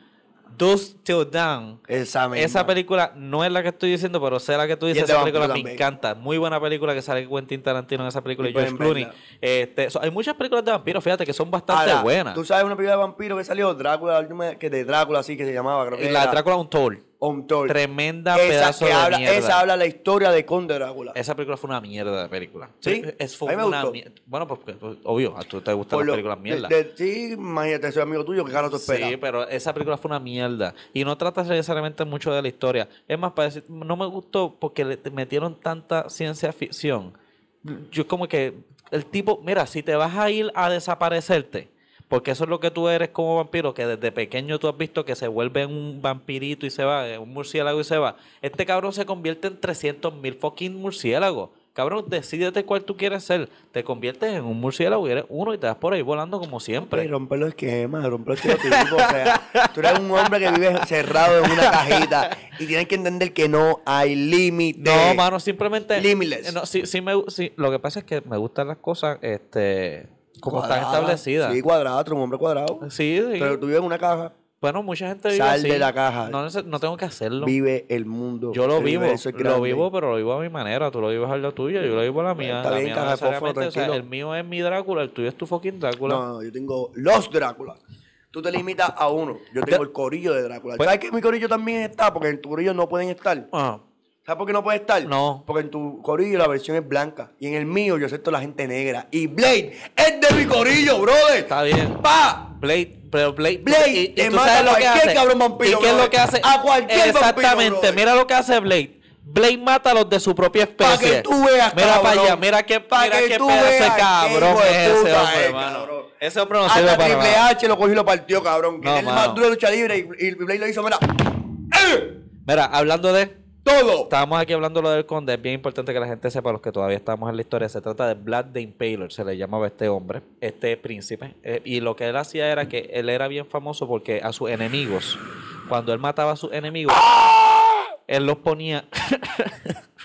Speaker 1: Dusk Till Dawn.
Speaker 2: Esa misma.
Speaker 1: Esa película no es la que estoy diciendo, pero sé la que tú
Speaker 2: Y
Speaker 1: dices.
Speaker 2: es de
Speaker 1: Esa película
Speaker 2: vampiro
Speaker 1: me
Speaker 2: también.
Speaker 1: encanta. Muy buena película que sale Quentin Tarantino en esa película
Speaker 2: Y
Speaker 1: y George
Speaker 2: pueden
Speaker 1: Clooney.
Speaker 2: verla.
Speaker 1: Este, so- hay muchas películas de vampiros, fíjate, que son bastante
Speaker 2: Ahora,
Speaker 1: buenas.
Speaker 2: Tú sabes una película de vampiro que salió, Drácula, la última que de Drácula así que se llamaba, creo que
Speaker 1: la
Speaker 2: era
Speaker 1: Drácula Untold.
Speaker 2: Untold.
Speaker 1: Tremenda
Speaker 2: Esa
Speaker 1: pedazo
Speaker 2: que
Speaker 1: de
Speaker 2: habla,
Speaker 1: mierda.
Speaker 2: esa habla la historia de Conde Drácula.
Speaker 1: Esa película fue una mierda de película.
Speaker 2: ¿Sí?
Speaker 1: Es,
Speaker 2: A
Speaker 1: fue
Speaker 2: mí me
Speaker 1: una
Speaker 2: gustó.
Speaker 1: mier- Bueno, pues, pues, pues, obvio, a tú te gustan
Speaker 2: Por
Speaker 1: las
Speaker 2: lo-
Speaker 1: películas mierda.
Speaker 2: de- de- sí, imagínate, soy amigo tuyo, que cara tú esperas.
Speaker 1: Sí, pero esa película fue una mierda. Y no trata necesariamente mucho de la historia. Es más, para decir, no me gustó porque le te metieron tanta ciencia ficción. Yo como que el tipo, mira, si te vas a ir a desaparecerte, porque eso es lo que tú eres como vampiro, que desde pequeño tú has visto que se vuelve un vampirito y se va, eh, un murciélago y se va. Este cabrón se convierte en 300 mil fucking murciélagos. Cabrón, decídete cuál tú quieres ser. Te conviertes en un murciélago y eres uno y te vas por ahí volando como siempre.
Speaker 2: Pues, rompe los esquemas, rompe los estereotipos. o sea, tú eres un hombre que vive cerrado en una cajita y tienes que entender que no hay límite.
Speaker 1: No, mano, simplemente.
Speaker 2: Limitless.
Speaker 1: Eh, No, sí, sí me, gu- sí, lo que pasa es que me gustan las cosas este, como
Speaker 2: Cuadrada.
Speaker 1: están establecidas.
Speaker 2: Sí,
Speaker 1: Sí,
Speaker 2: cuadrado, tú eres un hombre cuadrado.
Speaker 1: sí.
Speaker 2: Pero tú vives en una caja,
Speaker 1: Bueno, mucha gente vive
Speaker 2: Sal
Speaker 1: así.
Speaker 2: de la caja.
Speaker 1: No, neces- no tengo que hacerlo.
Speaker 2: vive el mundo.
Speaker 1: Yo lo
Speaker 2: El
Speaker 1: vivo,
Speaker 2: universo es
Speaker 1: lo
Speaker 2: grande.
Speaker 1: vivo, pero lo vivo a mi manera. Tú lo vives a la tuya, yo lo vivo a la mía.
Speaker 2: Está
Speaker 1: la
Speaker 2: bien,
Speaker 1: mía
Speaker 2: caja de fósforo,
Speaker 1: necesariamente, o sea,
Speaker 2: tranquilo.
Speaker 1: el mío es mi Drácula, el tuyo es tu fucking Drácula.
Speaker 2: No, no, yo tengo los Dráculas. Tú te limitas a uno. Yo tengo el corillo de Drácula.
Speaker 1: Pues-
Speaker 2: ¿Sabes que mi corillo también está? Porque en tu corillo no pueden estar.
Speaker 1: Ah,
Speaker 2: ¿Sabes por qué no puede estar?
Speaker 1: No.
Speaker 2: Porque en tu corillo la versión es blanca. Y en el mío yo acepto la gente negra. Y Blade es de mi corillo, brother.
Speaker 1: está bien.
Speaker 2: ¡Pa!
Speaker 1: Blade, pero Blade,
Speaker 2: Blade
Speaker 1: y- y
Speaker 2: te
Speaker 1: tú
Speaker 2: mata
Speaker 1: sabes
Speaker 2: a
Speaker 1: lo que
Speaker 2: cualquier
Speaker 1: hace.
Speaker 2: cabrón vampiro,
Speaker 1: ¿Y qué es
Speaker 2: brother.
Speaker 1: lo que hace?
Speaker 2: A cualquier vampiro,
Speaker 1: Exactamente,
Speaker 2: brother.
Speaker 1: mira lo que hace Blade. Blade mata a los de su propia especie.
Speaker 2: Pa' que tú veas,
Speaker 1: Mira para
Speaker 2: cabrón.
Speaker 1: allá, mira qué,
Speaker 2: Pa'
Speaker 1: mira
Speaker 2: que
Speaker 1: qué
Speaker 2: tú
Speaker 1: pedazo de
Speaker 2: veas qué
Speaker 1: cabrón
Speaker 2: hijo de
Speaker 1: es ese
Speaker 2: puta
Speaker 1: hombre,
Speaker 2: es,
Speaker 1: hermano.
Speaker 2: cabrón.
Speaker 1: Ese hombre no sirve
Speaker 2: Hasta
Speaker 1: para
Speaker 2: Triple
Speaker 1: nada.
Speaker 2: H lo cogió y lo partió, cabrón. Que
Speaker 1: No,
Speaker 2: es el
Speaker 1: mano.
Speaker 2: más duro de lucha libre y, y Blade lo hizo, mira,
Speaker 1: Mira, hablando de...
Speaker 2: todo.
Speaker 1: Estábamos aquí hablando lo del conde. Es bien importante que la gente sepa, los que todavía estamos en la historia. Se trata de Vlad the Impaler, se le llamaba este hombre, este príncipe. Eh, y lo que él hacía era que él era bien famoso porque a sus enemigos, cuando él mataba a sus enemigos, él los ponía.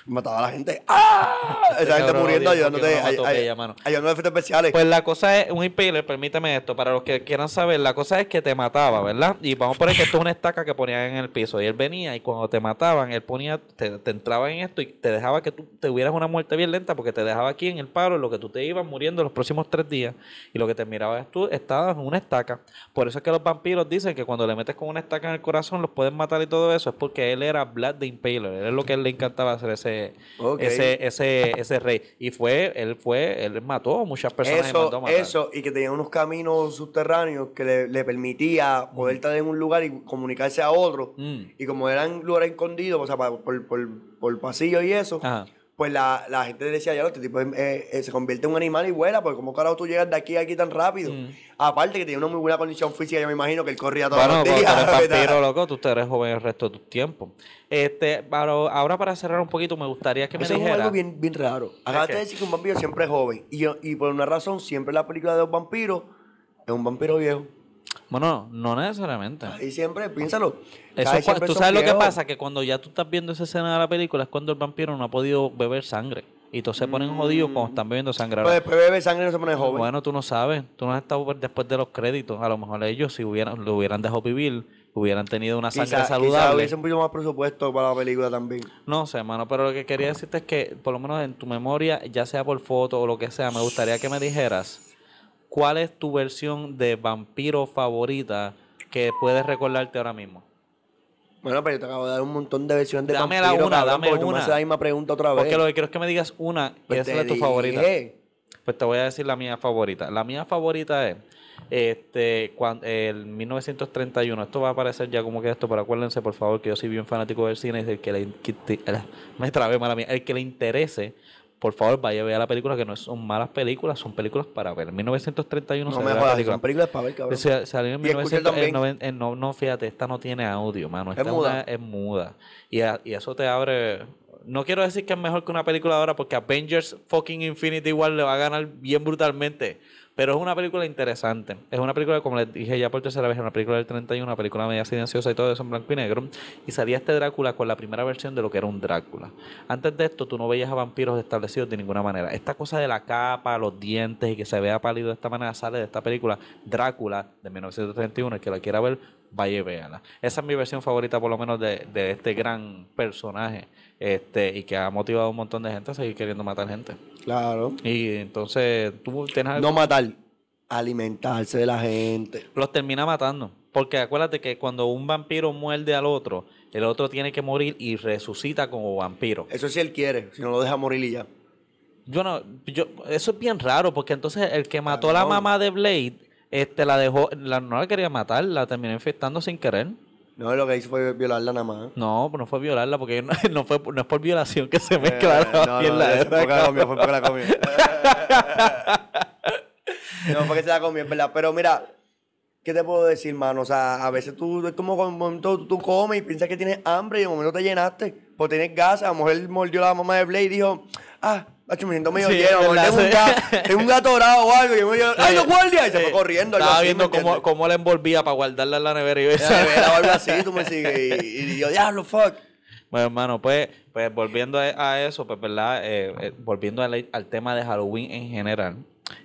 Speaker 2: Mataba a la gente. ¡Ah! Esa gente
Speaker 1: Este cabrón
Speaker 2: muriendo
Speaker 1: odia porque
Speaker 2: ayudándote.
Speaker 1: no
Speaker 2: ay-
Speaker 1: mató
Speaker 2: ay-
Speaker 1: bella, mano.
Speaker 2: Ayudando a efectos especiales.
Speaker 1: Pues la cosa es, un impaler, permíteme esto, para los que quieran saber, la cosa es que te mataba, ¿verdad? Y vamos a poner que esto es una estaca que ponían en el piso. Y él venía y cuando te mataban, él ponía, te, te entraba en esto y te dejaba que tú te hubieras una muerte bien lenta porque te dejaba aquí en el palo, en lo que tú te ibas muriendo los próximos tres días. Y lo que te mirabas tú, estabas en una estaca. Por eso es que los vampiros dicen que cuando le metes con una estaca en el corazón los pueden matar y todo eso. Es porque él era Vlad the Impaler. Era lo que él le encantaba hacer ese,
Speaker 2: Ok.
Speaker 1: ese, ese, ese rey. Y fue, él fue, él mató a muchas personas. y mandó a
Speaker 2: Eso,
Speaker 1: matar.
Speaker 2: eso, y que tenía unos caminos subterráneos que le, le permitía poder estar en un lugar y comunicarse a otro.
Speaker 1: Mm.
Speaker 2: Y como eran lugares escondidos, o sea, pa- por, por, por pasillo y eso,
Speaker 1: Ajá.
Speaker 2: pues la, la gente decía, ya, este tipo es- eh, eh, se convierte en un animal y vuela, porque como carajo tú llegas de aquí a aquí tan rápido.
Speaker 1: Mm.
Speaker 2: Aparte que tenía una muy buena condición física, yo me imagino que él corría todos
Speaker 1: Bueno,
Speaker 2: los
Speaker 1: cuando
Speaker 2: días.
Speaker 1: eres
Speaker 2: ¿verdad?
Speaker 1: vampiro, loco, tú te eres joven el resto de tu tiempo. Este, pero ahora para cerrar un poquito, me gustaría que me
Speaker 2: Eso es
Speaker 1: dijera.
Speaker 2: algo bien, bien raro. Acabaste
Speaker 1: qué?
Speaker 2: de decir que un vampiro siempre es joven. Y, yo- y por una razón, siempre la película de los vampiros es un vampiro viejo.
Speaker 1: Bueno, no necesariamente.
Speaker 2: Y siempre, piénsalo.
Speaker 1: Eso
Speaker 2: Cada
Speaker 1: es cua-
Speaker 2: siempre
Speaker 1: tú
Speaker 2: son
Speaker 1: sabes lo que
Speaker 2: viejos.
Speaker 1: pasa, que cuando ya tú estás viendo esa escena de la película es cuando el vampiro no ha podido beber sangre. Y entonces se
Speaker 2: Mm.
Speaker 1: ponen jodidos cuando están bebiendo sangre.
Speaker 2: Pero
Speaker 1: Ahora, pues,
Speaker 2: después bebe sangre y no se pone joven.
Speaker 1: Bueno, tú no sabes. Tú no has estado por- después de los créditos. A lo mejor ellos, si hubieran, lo hubieran dejado vivir, hubieran tenido una
Speaker 2: Quizá-
Speaker 1: sangre
Speaker 2: quizá
Speaker 1: saludable.
Speaker 2: hubiese un poquito más presupuesto para la película también.
Speaker 1: No sé, mano, pero lo que quería decirte es que, por lo menos en tu memoria, ya sea por foto o lo que sea, me gustaría que me dijeras cuál es tu versión de vampiro favorita que puedes recordarte ahora mismo.
Speaker 2: Bueno, pero yo te acabo de dar un montón de versiones de
Speaker 1: Dámela
Speaker 2: vampiro,
Speaker 1: una,
Speaker 2: cabrón,
Speaker 1: dame
Speaker 2: porque tú me
Speaker 1: una.
Speaker 2: haces la misma pregunta otra vez.
Speaker 1: Porque lo que quiero es que me digas una que
Speaker 2: Pues
Speaker 1: es
Speaker 2: te
Speaker 1: de tu
Speaker 2: dije.
Speaker 1: favorita. Pues te voy a decir la mía favorita. La mía favorita es este cuando el 1931. Esto va a aparecer ya como que esto, pero acuérdense por favor que yo soy bien fanático del cine y el que le in- que te- eh, me trabé mala mía, el que le interese por favor, vaya a ver la película, que no son malas películas, son películas para ver. 1931
Speaker 2: No
Speaker 1: se
Speaker 2: me
Speaker 1: ve la
Speaker 2: jodas,
Speaker 1: película.
Speaker 2: son películas para ver, cabrón.
Speaker 1: Se- salió en
Speaker 2: Y escucha
Speaker 1: 1900 en
Speaker 2: también.
Speaker 1: noven- en no, no, fíjate, esta no tiene audio, mano.
Speaker 2: Es
Speaker 1: Esta es
Speaker 2: muda.
Speaker 1: una- es muda. Y, a- y eso te abre. No quiero decir que es mejor que una película ahora porque Avengers fucking Infinity igual le va a ganar bien brutalmente. Pero es una película interesante. Es una película, como les dije ya por tercera vez, es una película del 31, una película media silenciosa y todo eso en blanco y negro. Y salía este Drácula con la primera versión de lo que era un Drácula. Antes de esto, tú no veías a vampiros establecidos de ninguna manera. Esta cosa de la capa, los dientes y que se vea pálido de esta manera sale de esta película Drácula de 1931. El que la quiera ver, vaya y véala. Esa es mi versión favorita, por lo menos, de, de este gran personaje este y que ha motivado a un montón de gente a seguir queriendo matar gente.
Speaker 2: Claro.
Speaker 1: Y entonces, tú tienes algo.
Speaker 2: No matar, alimentarse de la gente.
Speaker 1: los termina matando. Porque acuérdate que cuando un vampiro muerde al otro, el otro tiene que morir y resucita como vampiro.
Speaker 2: Eso si él quiere, si no lo deja morir y ya.
Speaker 1: Yo no, yo, eso es bien raro, porque entonces el que mató a la
Speaker 2: Cabrón.
Speaker 1: mamá de Blade, este la dejó, la, no la quería matar, la terminó infectando sin querer.
Speaker 2: No, lo que hizo fue violarla nada más.
Speaker 1: No, pues no fue violarla, porque no, no fue, no es por violación que se
Speaker 2: Eh,
Speaker 1: mezclaron.
Speaker 2: no, no,
Speaker 1: aquí en la
Speaker 2: no,
Speaker 1: guerra,
Speaker 2: fue porque la comió, fue porque la
Speaker 1: cabrón.
Speaker 2: comió. no, fue que se la comió, es verdad. Pero mira, ¿qué te puedo decir, mano? O sea, a veces tú, es como cuando un momento tú, tú comes y piensas que tienes hambre y de momento te llenaste por tener gas. A lo mejor él mordió a la mamá de Blade y dijo, ah, macho, me siento medio
Speaker 1: Sí,
Speaker 2: lleno.
Speaker 1: es
Speaker 2: amor,
Speaker 1: verdad,
Speaker 2: Tengo, un
Speaker 1: sí.
Speaker 2: gas, tengo un gato dorado o algo. Y yo me lleno, ¡ay,
Speaker 1: Sí,
Speaker 2: los guardias! Y se fue
Speaker 1: sí.
Speaker 2: corriendo. algo
Speaker 1: Estaba
Speaker 2: así, ¿me
Speaker 1: viendo cómo,
Speaker 2: entiendes?
Speaker 1: cómo la envolvía para guardarla en la nevera y
Speaker 2: En la nevera o algo así, tú me sigues. Y, y yo, diablo, fuck.
Speaker 1: Bueno, hermano, pues, pues volviendo a, a eso, pues, ¿verdad? Eh, eh, volviendo al, al tema de Halloween en general,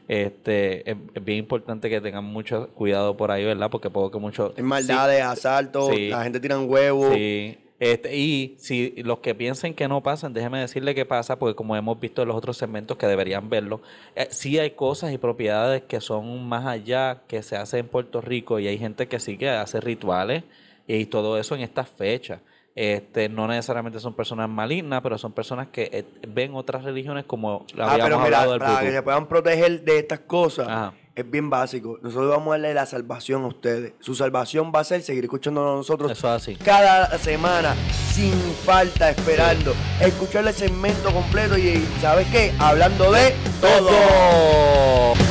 Speaker 1: este, es, es bien importante que tengan mucho cuidado por ahí, ¿verdad? Porque puedo que muchos...
Speaker 2: Hay maldades, asaltos,
Speaker 1: Sí.
Speaker 2: la gente tiran huevos.
Speaker 1: Sí. Este, y si los que piensen que no pasan, déjenme decirle que pasa, porque como hemos visto en los otros segmentos que deberían verlo, eh, sí hay cosas y propiedades que son más allá, que se hace en Puerto Rico, y hay gente que sí que hace rituales y todo eso en estas fechas. Este, no necesariamente son personas malignas, pero son personas que eh, ven otras religiones como la
Speaker 2: Ah,
Speaker 1: habíamos
Speaker 2: pero mira,
Speaker 1: hablado del
Speaker 2: para que se
Speaker 1: vudú.
Speaker 2: puedan proteger de estas cosas,
Speaker 1: Ajá.
Speaker 2: es bien básico. Nosotros vamos a darle la salvación a ustedes. Su salvación va a ser seguir escuchándonos a nosotros
Speaker 1: Eso es así.
Speaker 2: cada semana, sin falta, esperando. Escuchar el segmento completo y, ¿sabes qué? Hablando de todo.
Speaker 1: ¡Todo!